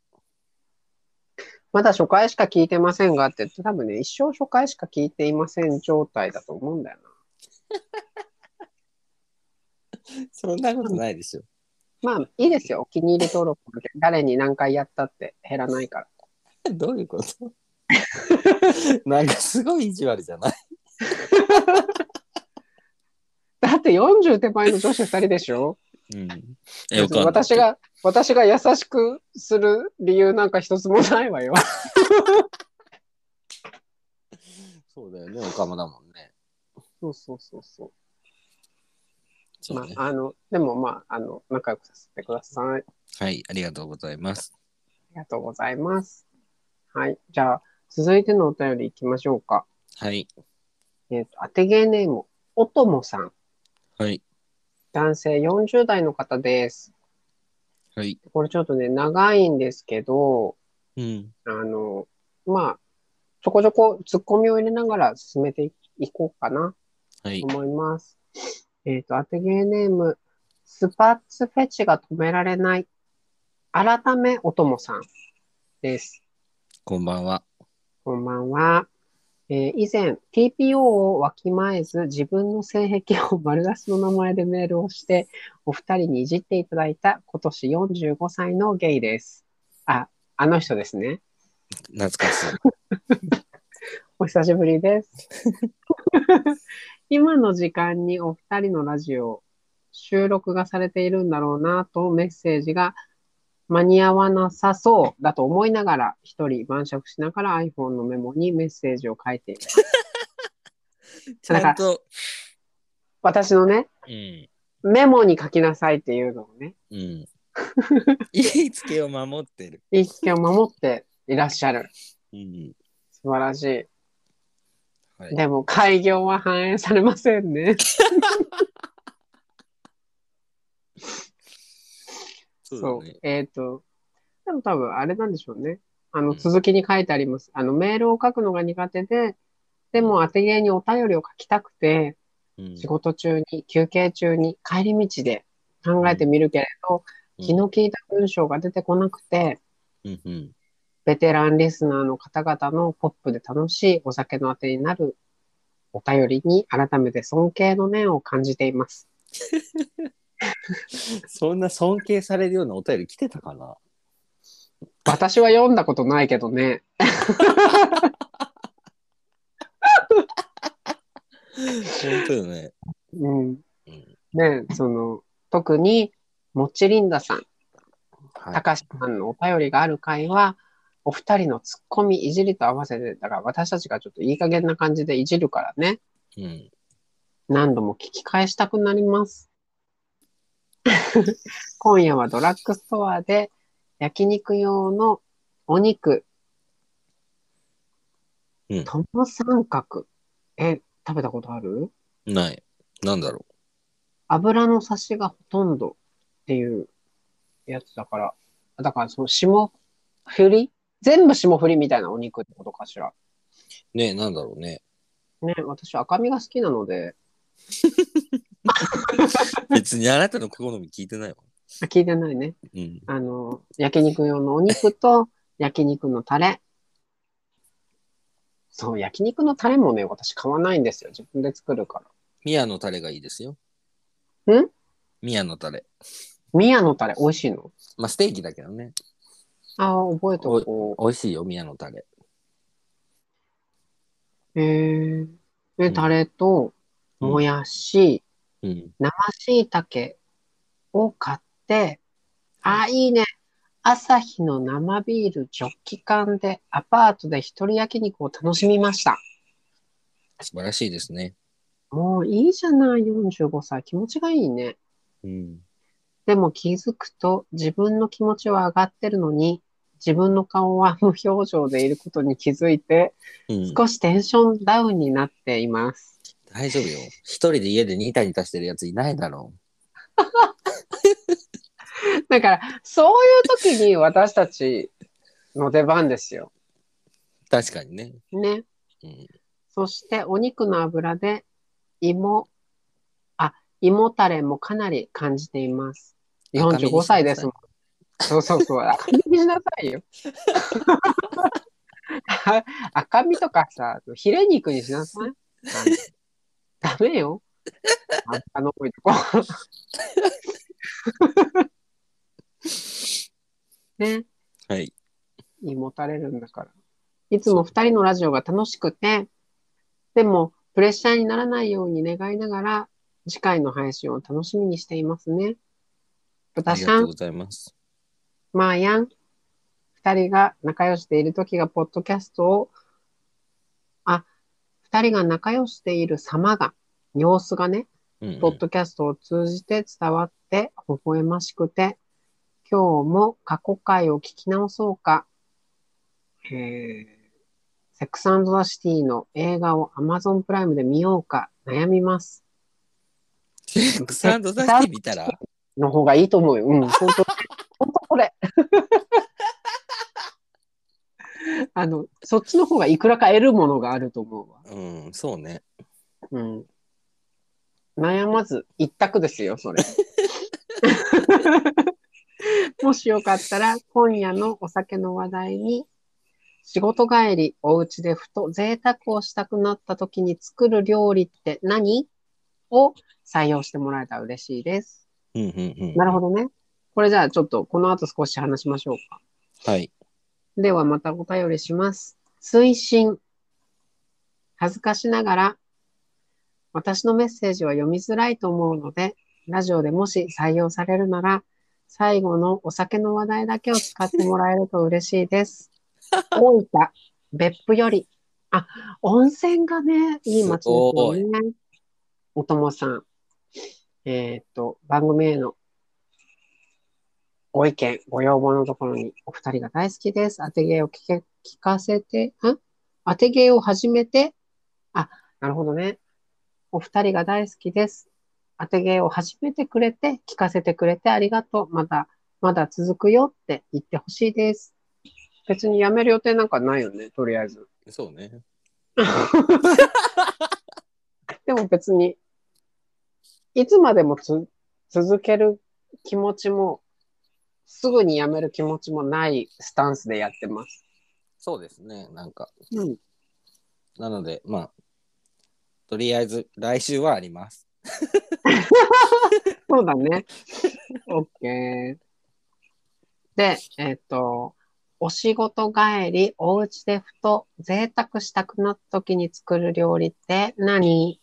Speaker 1: まだ初回しか聞いてませんがって言って、多分ね、一生初回しか聞いていません状態だと思うんだよな。
Speaker 2: そんなことないでしょ。
Speaker 1: まあ、いいですよ。お気に入り登録なんて誰に何回やったって減らないから。
Speaker 2: どういうこと なんかすごい意地悪じゃない
Speaker 1: だって40手前の女子2人でしょ
Speaker 2: うん。
Speaker 1: 私。が、私が優しくする理由なんか一つもないわよ。
Speaker 2: そうだよね、オカマだもんね。
Speaker 1: そうそうそうそう。
Speaker 2: そうね
Speaker 1: ま。あ、あの、でもまあ、あの、仲良くさせてください。あ
Speaker 2: はい、ありがとうございます。
Speaker 1: りがとうございます。はい。じゃあ、続いてのお便り行きましょうか。
Speaker 2: はい、
Speaker 1: えっ、と、当て芸ネーム、おともさん。
Speaker 2: はい、
Speaker 1: 男性40代の方です。
Speaker 2: はい。
Speaker 1: これちょっとね、長いんですけど、
Speaker 2: うん。
Speaker 1: あの、まあ、ちょこちょこツッコミを入れながら進めていこうかな
Speaker 2: はい
Speaker 1: と、思います。えっ、と、当て芸ネーム、スパッツフェチが止められない。改め、おともさんです。
Speaker 2: こんばんは。
Speaker 1: こんばんは。えー以前、TPO をわきまえず、自分の性癖を丸出しの名前でメールをして、お二人にいじっていただいた今年45歳のゲイです。あ、あの人ですね。
Speaker 2: 懐かしい。
Speaker 1: お久しぶりです。今の時間にお二人のラジオ、収録がされているんだろうなとメッセージが間に合わなさそうだと思いながら、一人晩酌しながら iPhone のメモにメッセージを書いています
Speaker 2: ちゃんと。
Speaker 1: 私のね、
Speaker 2: うん。
Speaker 1: メモに書きなさいっていうのをね、
Speaker 2: うん。言いつけを守ってる。
Speaker 1: 言いつけを守っていらっしゃる。
Speaker 2: うん。
Speaker 1: 素晴らしい。
Speaker 2: はい。
Speaker 1: でも、開業は反映されませんね。
Speaker 2: そう
Speaker 1: そ
Speaker 2: だ
Speaker 1: う
Speaker 2: ね。。
Speaker 1: えっ、と、でも多分あれなんでしょうね。あ
Speaker 2: う
Speaker 1: の、
Speaker 2: ん
Speaker 1: 続きに書いてあります。あの、メールを書くのが苦手で、でも当て芸にお便りを書きたくて、
Speaker 2: うん
Speaker 1: 仕事中に、休憩中に、帰り道で考えてみるけれど、
Speaker 2: うん
Speaker 1: 気の利いた文章が出てこなくて、
Speaker 2: うんうん。
Speaker 1: ベテランリスナーの方々のポップで楽しいお酒のあてになるお便りに改めて尊敬の念を感じています。
Speaker 2: そんな尊敬されるようなお便り来てたかな
Speaker 1: 私は読んだことないけどね。
Speaker 2: 本当よね。
Speaker 1: うん
Speaker 2: うん。
Speaker 1: ねその、特に、もっちりんださん、
Speaker 2: は
Speaker 1: た
Speaker 2: い。
Speaker 1: かしさんのお便りがある回は、お二人のツッコミ、いじりと合わせて、だから私たちがちょっといい加減な感じでいじるからね、
Speaker 2: うん。
Speaker 1: 何度も聞き返したくなります。 今夜はドラッグストアで焼肉用のお肉、
Speaker 2: うん
Speaker 1: 友三角。え、食べたことある
Speaker 2: ない。なんだろ
Speaker 1: 油の差しがほとんどっていうやつだから、だからその霜降り全部霜降りみたいなお肉ってことかしら。
Speaker 2: ねえ、なんだろうね。
Speaker 1: ね、私赤身が好きなので、
Speaker 2: 別にあなたの好み聞いてないわ。
Speaker 1: あ聞いてないね。
Speaker 2: うん。
Speaker 1: あの、焼肉用のお肉と焼肉のタレ。そう、焼肉のタレもね、私買わないんですよ。自分で作るから。
Speaker 2: 宮のタレがいいですよ。
Speaker 1: ん
Speaker 2: 宮のタレ。
Speaker 1: 宮のタレ美味しいの
Speaker 2: まあ、ステーキだけどね。
Speaker 1: ああ、覚えておこ
Speaker 2: 美味しいよ、宮のタレ。
Speaker 1: う。へえ。で、
Speaker 2: うん
Speaker 1: タレと、
Speaker 2: うん
Speaker 1: もやし、
Speaker 2: うん。
Speaker 1: 生椎茸を買って、ああ、いいね。朝日の生ビールジョッキ缶でアパートで一人焼肉を楽しみました。
Speaker 2: 素晴らしいですね。
Speaker 1: もういいじゃない、45歳。気持ちがいいね。
Speaker 2: うん。
Speaker 1: でも気づくと自分の気持ちは上がってるのに、自分の顔は無表情でいることに気づいて、
Speaker 2: うん、
Speaker 1: 少しテンションダウンになっています。
Speaker 2: 大丈夫よ。一人で家でニタニタしてるやついないだろ
Speaker 1: だから、そういう時に私たちの出番ですよ。
Speaker 2: う。確かにね。
Speaker 1: ね。
Speaker 2: うん。
Speaker 1: そしてお肉の油で芋、あ、芋タレもかなり感じています。
Speaker 2: 赤身にしな
Speaker 1: 45
Speaker 2: さい
Speaker 1: 歳ですもん。そうそうそう。赤身にしなさいよ。赤身とかさ、ヒレ肉にしなさい。ダメよ。あんたの多いと こ。ね。
Speaker 2: はい。
Speaker 1: に持たれるんだから。いつも二人のラジオが楽しくて、でもプレッシャーにならないように願いながら、次回の配信を楽しみにしていますね。
Speaker 2: あ
Speaker 1: 豚
Speaker 2: り
Speaker 1: し
Speaker 2: が
Speaker 1: ゃ
Speaker 2: とうんご、ざいます。
Speaker 1: まーやん、二人が仲良しでいるときが、ポッドキャストを、あ、二人が仲良しでいる様が、様子がね、
Speaker 2: うんうん
Speaker 1: ポ ッドキャストを通じて伝わって微笑ましくて、今日も過去回を聞き直そうか。えーセックスザシティの映画を Amazon プライムで見ようか悩みます。
Speaker 2: セックスアンドザシティ見たら、
Speaker 1: の方がいいと思うよ。 うん、本当本当これ。 あの、そっちの方がいくらか得るものがあると思うわ。
Speaker 2: うん、そうね。
Speaker 1: うん。悩まず一択ですよ、 それ。もしよかったら、今夜のお酒の話題に、仕事帰り、お家でふと贅沢をしたくなった時に作る料理って何を採用してもらえたら嬉しいです。
Speaker 2: うんうんうん。
Speaker 1: なるほ
Speaker 2: ど。
Speaker 1: どね。これじゃあちょっとこの後少し話しましょうか。
Speaker 2: はい。
Speaker 1: ではまたお便りします。推進。恥ずかしながら、私のメッセージは読みづらいと思うので、ラジオでもし採用されるなら、最後のお酒の話題だけを使ってもらえると嬉しいです。大分、別府より。あ、温泉がね、いい街ですよね。おともさん。えーっと、番組へのご意見、ご要望のところにお二人が大好きです。当て芸を聞け聞かせて、ん当て芸を始めて、あ、なるほどね。お二人が大好きです。当て芸を始めてくれて、聞かせてくれてありがとう。まだ、まだ続くよって言ってほしいです。別にやめる予定なんかないよね、とりあえず。
Speaker 2: そうね。
Speaker 1: でも別に、いつまでもつ続ける気持ちも、すぐにやめる気持ちもないスタンスでやってます。
Speaker 2: そうですね。なんか、
Speaker 1: うん、
Speaker 2: なので、まあ、とりあえず来週はあります。
Speaker 1: そうだね。OK。で、えっ、と、お仕事帰り、お家でふと贅沢したくなった時に作る料理って何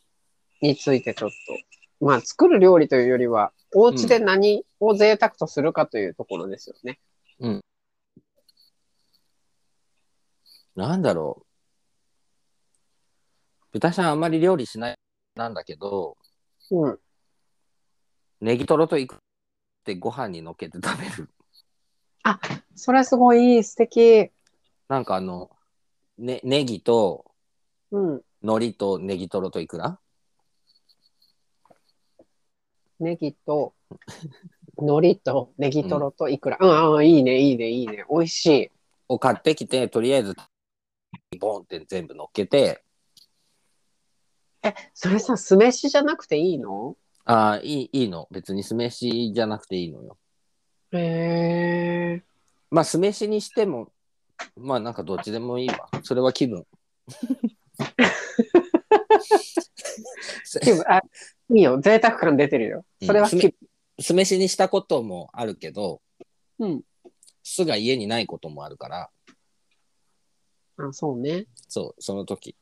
Speaker 1: についてちょっと。まあ、作る料理というよりは、お家で何を贅沢とするかというところですよね。
Speaker 2: なんだろう。豚ちゃんあんまり料理しないなんだけど、
Speaker 1: うん。
Speaker 2: ネギトロといくってご飯にのっけて食べる。
Speaker 1: それすごいいい、素敵。
Speaker 2: なんかあの、ね、ネギと
Speaker 1: うん。
Speaker 2: 海苔とネギトロといくら
Speaker 1: ネギと、海苔とネギトロといくら。うん、うん、いいね、いいね、いいね。美味しい。
Speaker 2: を買ってきてとりあえずボンって全部乗っけて
Speaker 1: え、それさ、酢飯じゃなくていいの
Speaker 2: ああいいいいの別に酢飯じゃなくていいのよ
Speaker 1: へえ。
Speaker 2: まあ酢飯にしてもまあなんかどっちでもいいわそれは気分
Speaker 1: 気分あ、いいよ。贅沢感出てるよ。それは
Speaker 2: うん
Speaker 1: 気
Speaker 2: 酢
Speaker 1: 分。
Speaker 2: 酢飯にしたこともあるけど
Speaker 1: うん。
Speaker 2: 酢が家にないこともあるから
Speaker 1: あ、そうね。
Speaker 2: そうその時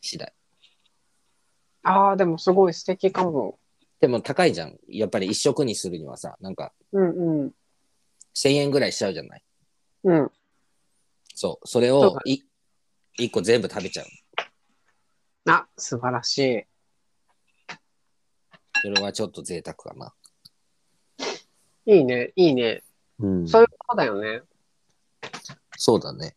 Speaker 2: 次第
Speaker 1: ああ、でもすごい素敵かも。
Speaker 2: でも高いじゃんやっぱり一食にするにはさなんか
Speaker 1: うんうん。
Speaker 2: 1000円ぐらいしちゃうじゃない
Speaker 1: うん。
Speaker 2: そうそれ
Speaker 1: そう
Speaker 2: を
Speaker 1: だ
Speaker 2: い1個全部食べちゃう
Speaker 1: あ、素晴らしい。
Speaker 2: それはちょっと贅沢かな、
Speaker 1: いいね、いいね。
Speaker 2: うん
Speaker 1: そういうことだよね。
Speaker 2: そうだね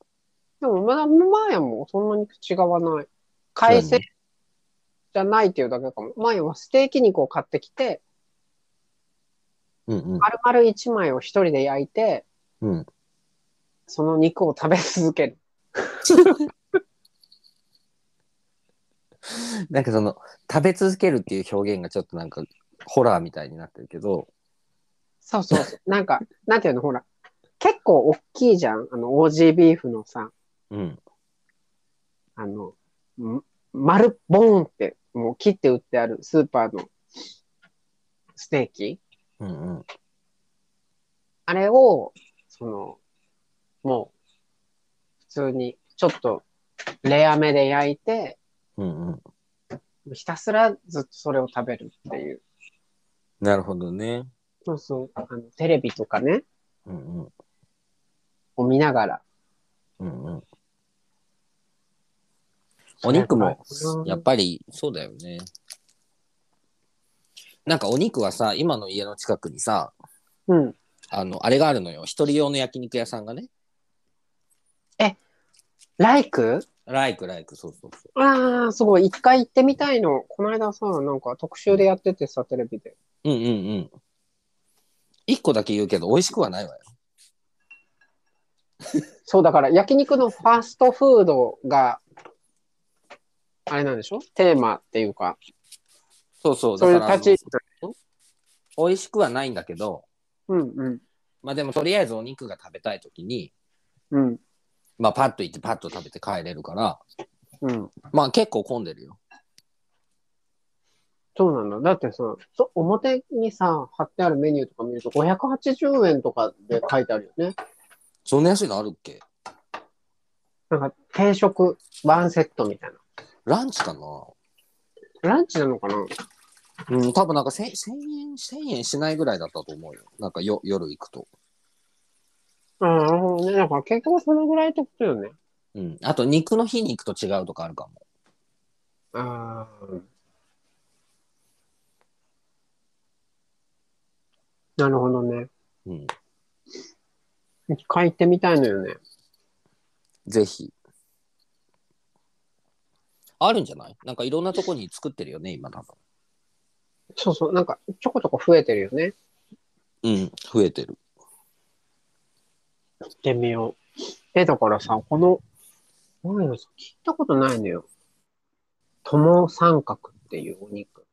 Speaker 1: でも、まだマーヤもそんなに口が合わない。海鮮じゃないっていうだけかも。マーヤはステーキ肉を買ってきて、
Speaker 2: うんうん
Speaker 1: 丸々一枚を一人で焼いて、
Speaker 2: うん、
Speaker 1: その肉を食べ続ける。
Speaker 2: なんかその食べ続けるっていう表現がちょっとなんかホラーみたいになってるけど
Speaker 1: そうそうそう。なんか、なんていうの、ほら。結構大きいじゃん。あの、オージービーフのさ、
Speaker 2: うん
Speaker 1: あの、ん丸ボーンって、もう切って売ってあるスーパーのステーキ。
Speaker 2: うんうん
Speaker 1: あれを、その、もう、普通に、ちょっと、レア目で焼いて、
Speaker 2: うんうん
Speaker 1: ひたすらずっとそれを食べるっていう。
Speaker 2: なるほどね
Speaker 1: そうそう。あのテレビとかね、
Speaker 2: うんうん
Speaker 1: を見ながら。
Speaker 2: うんうんお肉も
Speaker 1: うん
Speaker 2: やっぱりそうだよねなんかお肉はさ今の家の近くにさ
Speaker 1: うん。
Speaker 2: あのあれがあるのよ一人用の焼肉屋さんがね
Speaker 1: ライク
Speaker 2: ライクライクそうそうそう
Speaker 1: ああ、すごい。一回行ってみたいの。この間さ、なんか特集でやっててさ、テレビで。
Speaker 2: うんうんうん。一個だけ言うけど、美味しくはないわよ。
Speaker 1: そう、だから焼肉のファストフードが、あれなんでしょテーマっていうか、
Speaker 2: そうそう。
Speaker 1: そういう立ち位置。
Speaker 2: あの美味しくはないんだけど、
Speaker 1: うんうん。
Speaker 2: まあでもとりあえずお肉が食べたいときに、
Speaker 1: うん。
Speaker 2: まあパッと行ってパッと食べて帰れるから、
Speaker 1: うん。
Speaker 2: まあ結構混んでるよ。
Speaker 1: そうなんだ。だってさ、そ表にさ、貼ってあるメニューとか見ると、580円とかで書いてあるよね。
Speaker 2: そんな安いのあるっけ
Speaker 1: なんか、定食、ワンセットみたいな。
Speaker 2: ランチかな
Speaker 1: ランチなのかな
Speaker 2: うん、多分なんか1000円、1000円しないぐらいだったと思うよ。なんかよ夜行くと。
Speaker 1: ああ、なるほどね。だから結局そのぐらいってことよね。
Speaker 2: うん。あと肉の日に行くと違うとかあるかも。
Speaker 1: ああ。なるほどね。
Speaker 2: うん。
Speaker 1: 一回行ってみたいのよね。
Speaker 2: ぜひ。あるんじゃないなんかいろんなとこに作ってるよね、今多分。
Speaker 1: そうそう、なんかちょこちょこ増えてるよね。
Speaker 2: うん、増えてる。
Speaker 1: 行ってみよう。え、だからさ、この、なんや聞いたことないのよ。友三角っていうお肉。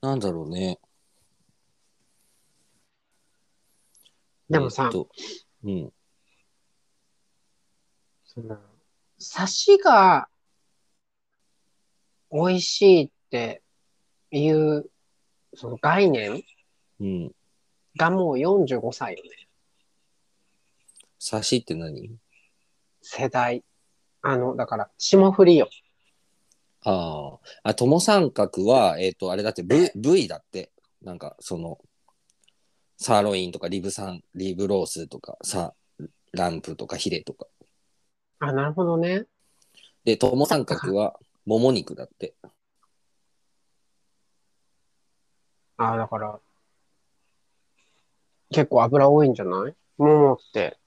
Speaker 2: なんだろうね。
Speaker 1: でもさ
Speaker 2: えっとうん、
Speaker 1: その、刺しが美味しいっていう、その概念
Speaker 2: うん。
Speaker 1: がもう45歳よね。
Speaker 2: 刺しって何
Speaker 1: 世代。あの、だから、霜降りよ。
Speaker 2: ああ。あ、友三角は、えっ、と、あれだって、部部位だって。なんか、その、サーロインとか、リブサン、リブロースとか、さ、ランプとか、ヒレとか。
Speaker 1: あ、なるほどね。
Speaker 2: で、友三角は、もも肉だって。
Speaker 1: あ、だから、結構油多いんじゃないももって。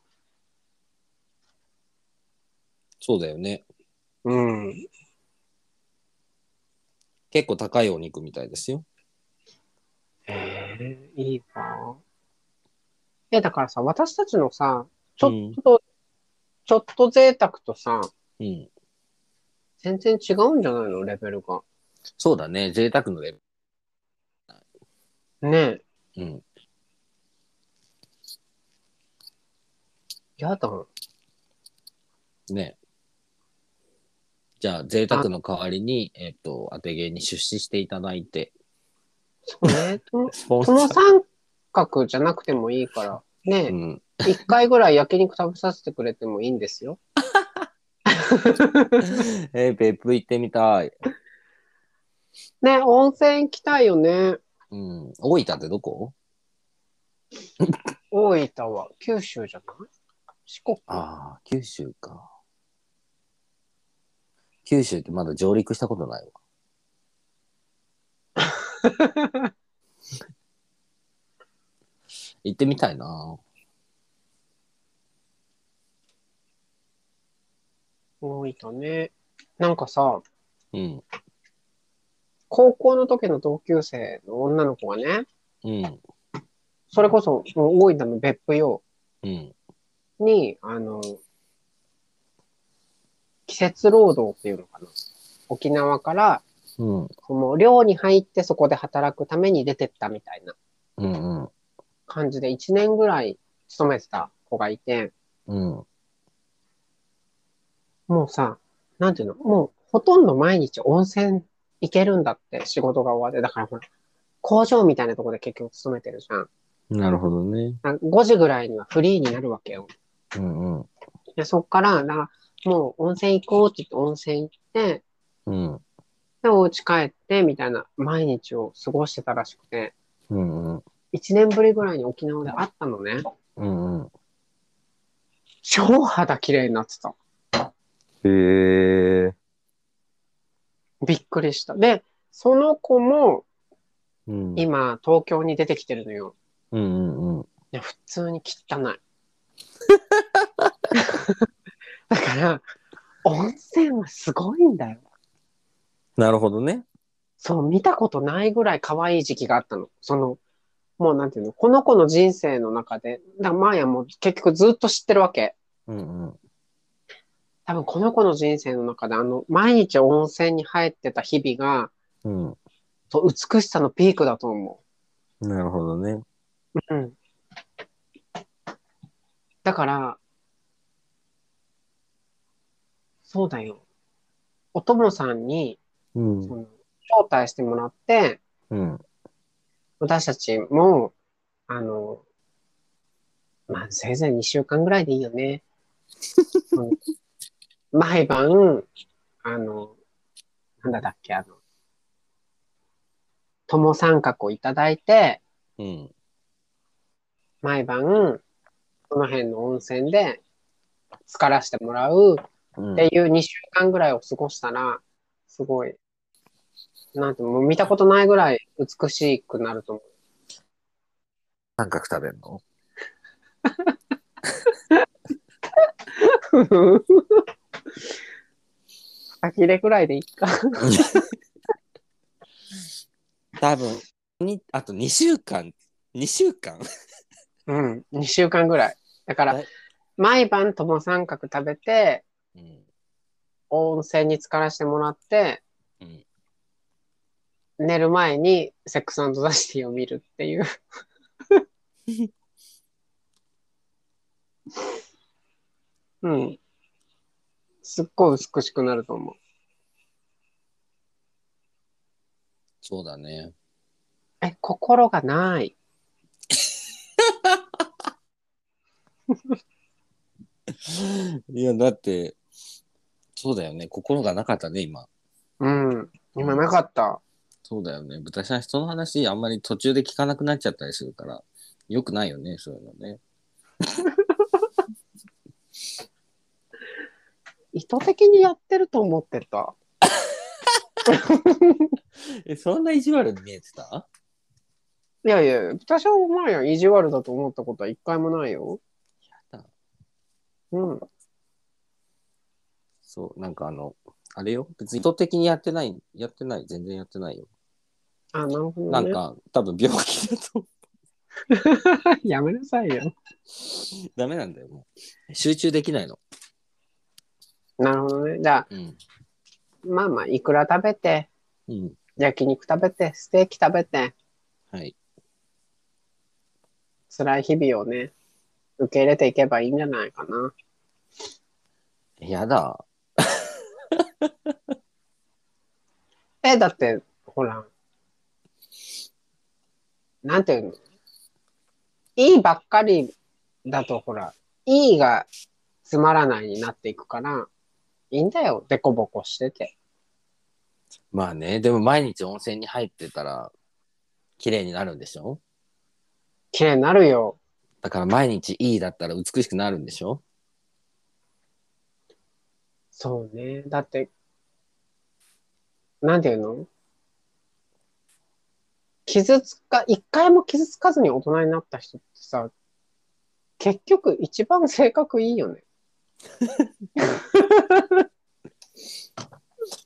Speaker 2: そうだよね。
Speaker 1: うん。
Speaker 2: 結構高いお肉みたいですよ。
Speaker 1: ええいいわ。え、だからさ、私たちのさ、ちょっ
Speaker 2: うん
Speaker 1: と、ちょっと贅沢とさ、
Speaker 2: うん。
Speaker 1: 全然違うんじゃないのレベルが。
Speaker 2: そうだね。贅沢のレベ
Speaker 1: ねえ。
Speaker 2: ル。うん。
Speaker 1: やだ。
Speaker 2: ね。じゃあ、贅沢の代わりに、えっ、と、当て芸に出資していただいて、
Speaker 1: そうね。と
Speaker 2: スポン
Speaker 1: こ
Speaker 2: サ
Speaker 1: の
Speaker 2: ー。
Speaker 1: 三角じゃなくてもいいから、
Speaker 2: う
Speaker 1: ね
Speaker 2: ん、
Speaker 1: え、一回ぐらい焼肉食べさせてくれてもいいんですよ。
Speaker 2: えー、別府行ってみたい。
Speaker 1: ねえ、温泉行きたいよね。
Speaker 2: うん。大分ってどこ
Speaker 1: 大分は九州じゃない四国。
Speaker 2: ああ、九州か。九州ってまだ上陸したことない わ。行ってみたいな。
Speaker 1: 大分ね。なんかさ、
Speaker 2: うん。
Speaker 1: 高校の時の同級生の女の子がね、
Speaker 2: うん。
Speaker 1: それこそもう大分の別府よ
Speaker 2: うん。
Speaker 1: に、あの、季節労働っていうのかな。沖縄から、
Speaker 2: うん。
Speaker 1: その寮に入ってそこで働くために出てったみたいな
Speaker 2: うん。うん。
Speaker 1: 感じで1年ぐらい勤めてた子がいて、
Speaker 2: うん。
Speaker 1: もうさ、なんていうの、もうほとんど毎日温泉行けるんだって仕事が終わって、だからほら、工場みたいなとこで結局勤めてるじゃん。
Speaker 2: なるほどね。
Speaker 1: あ5時ぐらいにはフリーになるわけよ。
Speaker 2: うんうん。
Speaker 1: でそっから、だからもう温泉行こうって言って温泉行って、
Speaker 2: うん。
Speaker 1: で、お家帰って、みたいな毎日を過ごしてたらしくて、
Speaker 2: うんうん。
Speaker 1: 1年ぶりぐらいに沖縄で会ったのね。
Speaker 2: うんうん。
Speaker 1: 超肌綺麗になってた。
Speaker 2: へえ。
Speaker 1: びっくりした。で、その子も
Speaker 2: うん。
Speaker 1: 今、東京に出てきてるのよ。
Speaker 2: うんうんうん。
Speaker 1: いや、普通に汚 い。だから、温泉はすごいんだよ。
Speaker 2: なるほどね。
Speaker 1: そう、見たことないぐらい可愛い時期があったの。その、もうなんていうの、この子の人生の中で、だからマーヤも結局ずっと知ってるわけ。
Speaker 2: うんうん。
Speaker 1: 多分この子の人生の中で、あの、毎日温泉に入ってた日々が、
Speaker 2: うん。
Speaker 1: そう美しさのピークだと思
Speaker 2: なるほどね。
Speaker 1: う。うん。だから、そうだよ。お友さんに、
Speaker 2: うん
Speaker 1: そ。の招待してもらって、
Speaker 2: うん。
Speaker 1: 私たちも、あの、まあ、せいぜい2週間ぐらいでいいよね。 うん毎晩、あの、なんだだっけ、あの、友三角をいただいて、
Speaker 2: うん。
Speaker 1: 毎晩、その辺の温泉で、浸からしてもらう
Speaker 2: うん
Speaker 1: っていう2週間ぐらいを過ごしたら、すごい、なんてもう見たことないぐらい美しくなると思う。
Speaker 2: 三角食べんの
Speaker 1: あきれくらいでいいか。
Speaker 2: 多分にあと2週間2週間
Speaker 1: うん、2週間ぐらい。だから
Speaker 2: はい、
Speaker 1: 毎晩とも三角食べて、
Speaker 2: うん
Speaker 1: 温泉に浸からしてもらって、
Speaker 2: うん
Speaker 1: 寝る前にセックスザシティを見るって いう。うん。すっごい美しくなると思う。
Speaker 2: そうだね
Speaker 1: え、心がない。
Speaker 2: いやだってそうだよね心がなかったね今
Speaker 1: うん。今なかった。
Speaker 2: そうだよね豚さん人の話あんまり途中で聞かなくなっちゃったりするからよくないよねそういうのね
Speaker 1: 意図的にやってると思ってた。
Speaker 2: えそんな意地悪に見えてた
Speaker 1: いやいや、多少お前や意地悪だと思ったことは一回もないよ。
Speaker 2: やだ
Speaker 1: うん。
Speaker 2: そうなんかあのあれよ別に意図的にやってないやってない全然やってないよ
Speaker 1: あ、なるほど、ね。
Speaker 2: なんか多分病気だと思う
Speaker 1: やめなさいよ。
Speaker 2: ダメなんだよ、もう。集中できないの。
Speaker 1: なるほどね。じゃあ、
Speaker 2: うん。
Speaker 1: まあまあ、いくら食べて、
Speaker 2: うん。
Speaker 1: 焼肉食べて、ステーキ食べて、
Speaker 2: はい。
Speaker 1: 辛い日々をね、受け入れていけばいいんじゃないかな。
Speaker 2: やだ。
Speaker 1: え、だって、ほら、なんていうのいいばっかりだと、ほら、いいがつまらないになっていくから、いいんだよ、でこぼこしてて。
Speaker 2: まあね、でも毎日温泉に入ってたら、綺麗になるんでしょ
Speaker 1: 綺麗になるよ。
Speaker 2: だから毎日いいだったら美しくなるんでしょ
Speaker 1: そうね。だって、なんていうの傷つか、一回も傷つかずに大人になった人ってさ、結局一番性格いいよね。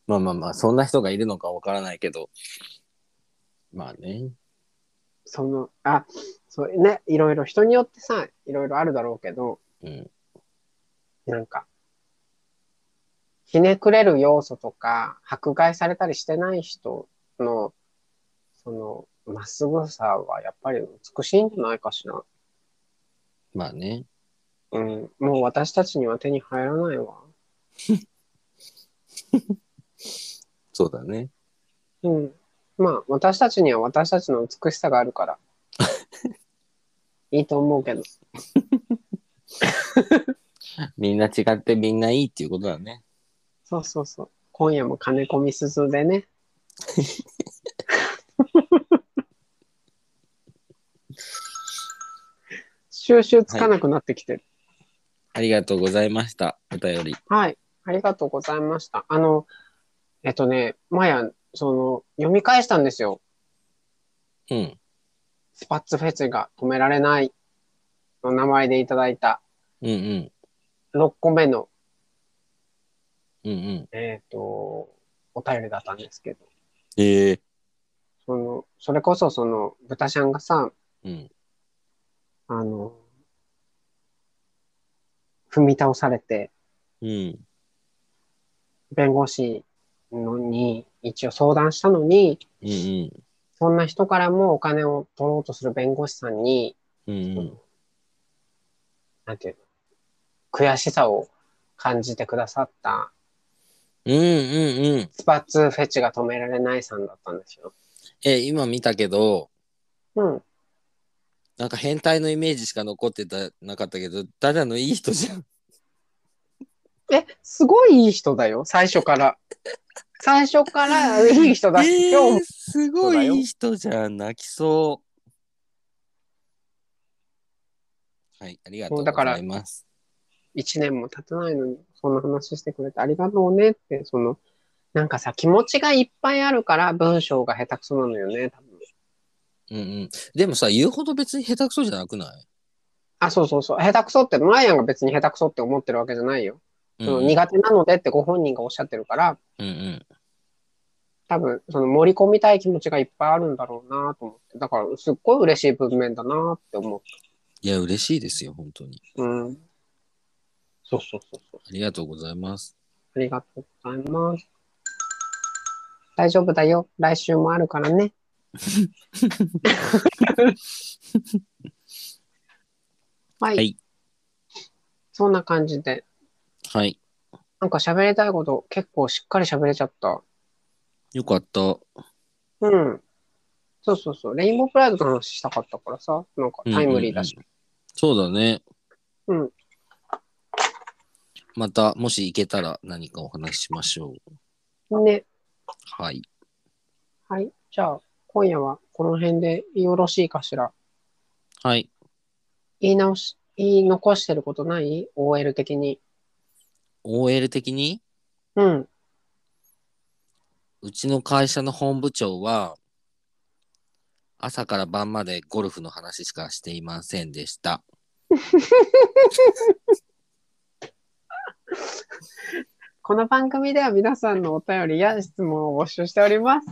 Speaker 2: まあまあまあ、そんな人がいるのかわからないけど。まあね。
Speaker 1: その、あ、そうね、いろいろ人によってさ、いろいろあるだろうけど、
Speaker 2: うん。
Speaker 1: なんか、ひねくれる要素とか、迫害されたりしてない人の、その、まっすぐさはやっぱり美しいんじゃないかしら。
Speaker 2: まあね。
Speaker 1: うん、もう私たちには手に入らないわ。
Speaker 2: そうだね。
Speaker 1: うん。まあ、私たちには私たちの美しさがあるから。いいと思うけど。
Speaker 2: みんな違ってみんないいっていうことだね。
Speaker 1: そうそうそう。今夜も金込みすずでね。収集つかなくなってきてる。
Speaker 2: ありがとうございました。お便り。
Speaker 1: はい、ありがとうございました。あの、えっとね、まや、その、読み返したんですよ。
Speaker 2: うん。
Speaker 1: スパッツフェチが止められないの名前でいただいた
Speaker 2: うんうん。
Speaker 1: 6個目の、
Speaker 2: うんうん。
Speaker 1: えっ、と、お便りだったんですけど、
Speaker 2: ええ
Speaker 1: その、それこそその、豚ちゃんがさ、
Speaker 2: うん。
Speaker 1: あの、踏み倒されて、
Speaker 2: うん。
Speaker 1: 弁護士のに一応相談したのに、
Speaker 2: うんうん。
Speaker 1: そんな人からもお金を取ろうとする弁護士さんに、
Speaker 2: うんうん。
Speaker 1: なんていうの、悔しさを感じてくださった、
Speaker 2: うんうんうん。
Speaker 1: スパッツフェチが止められないさんだったんですよ。
Speaker 2: え、今見たけど、
Speaker 1: うん。
Speaker 2: なんか変態のイメージしか残ってたなかったけど、ただのいい人じゃん。
Speaker 1: え、すごいいい人だよ、最初から。最初からいい人だし、
Speaker 2: え
Speaker 1: 今日も
Speaker 2: ー、すごいいい人じゃん。泣きそう。はい、ありがとうございます。
Speaker 1: 一年も経たないのに、そんな話してくれてありがとうねって、その、なんかさ、気持ちがいっぱいあるから文章が下手くそなのよね、多分。
Speaker 2: うんうん。でもさ、言うほど別に下手くそじゃなくない
Speaker 1: あ、そうそうそう。下手くそって、マーヤンが別に下手くそって思ってるわけじゃないよ。その
Speaker 2: うん
Speaker 1: 苦手なのでってご本人がおっしゃってるから、
Speaker 2: うんうん。
Speaker 1: 多分、その盛り込みたい気持ちがいっぱいあるんだろうなと思って。だから、すっごい嬉しい文面だなって思う。
Speaker 2: いや、嬉しいですよ、本当に。
Speaker 1: うん。そうそうそうそう。
Speaker 2: ありがとうございます。
Speaker 1: ありがとうございます。大丈夫だよ。来週もあるから ね。はい、
Speaker 2: はい
Speaker 1: そんな感じで。
Speaker 2: はい。
Speaker 1: なんか喋りたいこと結構しっかり喋れちゃった。
Speaker 2: よかった。
Speaker 1: うん。そうそうそう。レインボープライドの話したかったからさ。なんかタイムリーだし。
Speaker 2: うんうんうん。そうだね。
Speaker 1: うん。
Speaker 2: また、もし行けたら何かお話ししましょう。
Speaker 1: ね。
Speaker 2: はい。
Speaker 1: はい。じゃあ、今夜はこの辺でよろしいかしら。
Speaker 2: はい。
Speaker 1: 言い直し、言い残してることない ?OL 的に。
Speaker 2: OL 的に、
Speaker 1: うん。
Speaker 2: うちの会社の本部長は、朝から晩までゴルフの話しかしていませんでした。
Speaker 1: この番組では皆さんのお便りや質問を募集しております。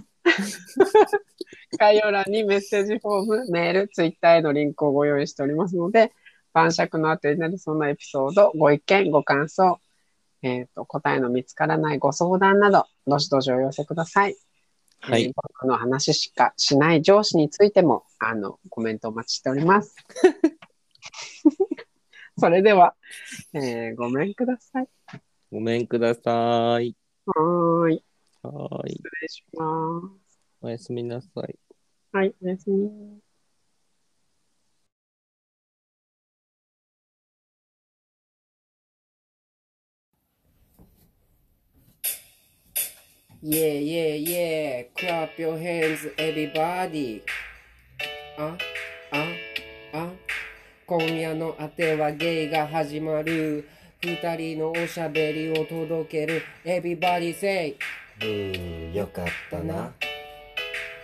Speaker 1: 概要欄にメッセージフォーム、メール、ツイッターへのリンクをご用意しておりますので、晩酌の後になりそうなエピソード、ご意見、ご感想、えっ、と、答えの見つからないご相談など、どしどしお寄せください。
Speaker 2: は
Speaker 1: えー
Speaker 2: い。
Speaker 1: 僕の話しかしない上司についても、あの、コメントお待ちしております。 それでは、えーごめんください。
Speaker 2: ごめんください。
Speaker 1: はーい。
Speaker 2: はーい。
Speaker 1: 失礼します。
Speaker 2: おやすみなさい。
Speaker 1: はい、おやすみ。
Speaker 3: Yeah, yeah, yeah. Clap your hands, everybody. あ、あ、あ。今夜のあてはゲイが始まる。二人のおしゃべりを届ける。Everybody say.
Speaker 4: ブーよかったな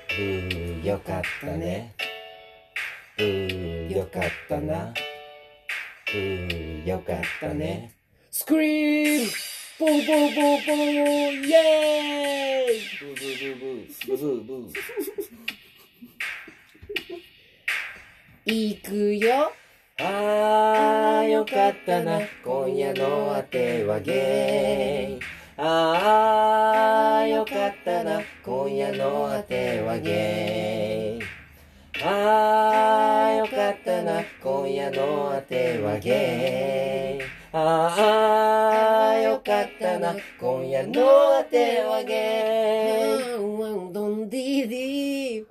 Speaker 4: ブーよかったねブーよかったなブーよかったね
Speaker 3: Scream! ボーボーボーボーイェーイ
Speaker 4: ブーブーブーブーブーブーブー
Speaker 3: 行くよ
Speaker 4: あーよかったな今夜のあてはゲイあーよかったな今夜のあてはゲイあーよかったな今夜のあてはゲイあーよかったな今夜のあてはゲイ
Speaker 3: ワンワンドンディディ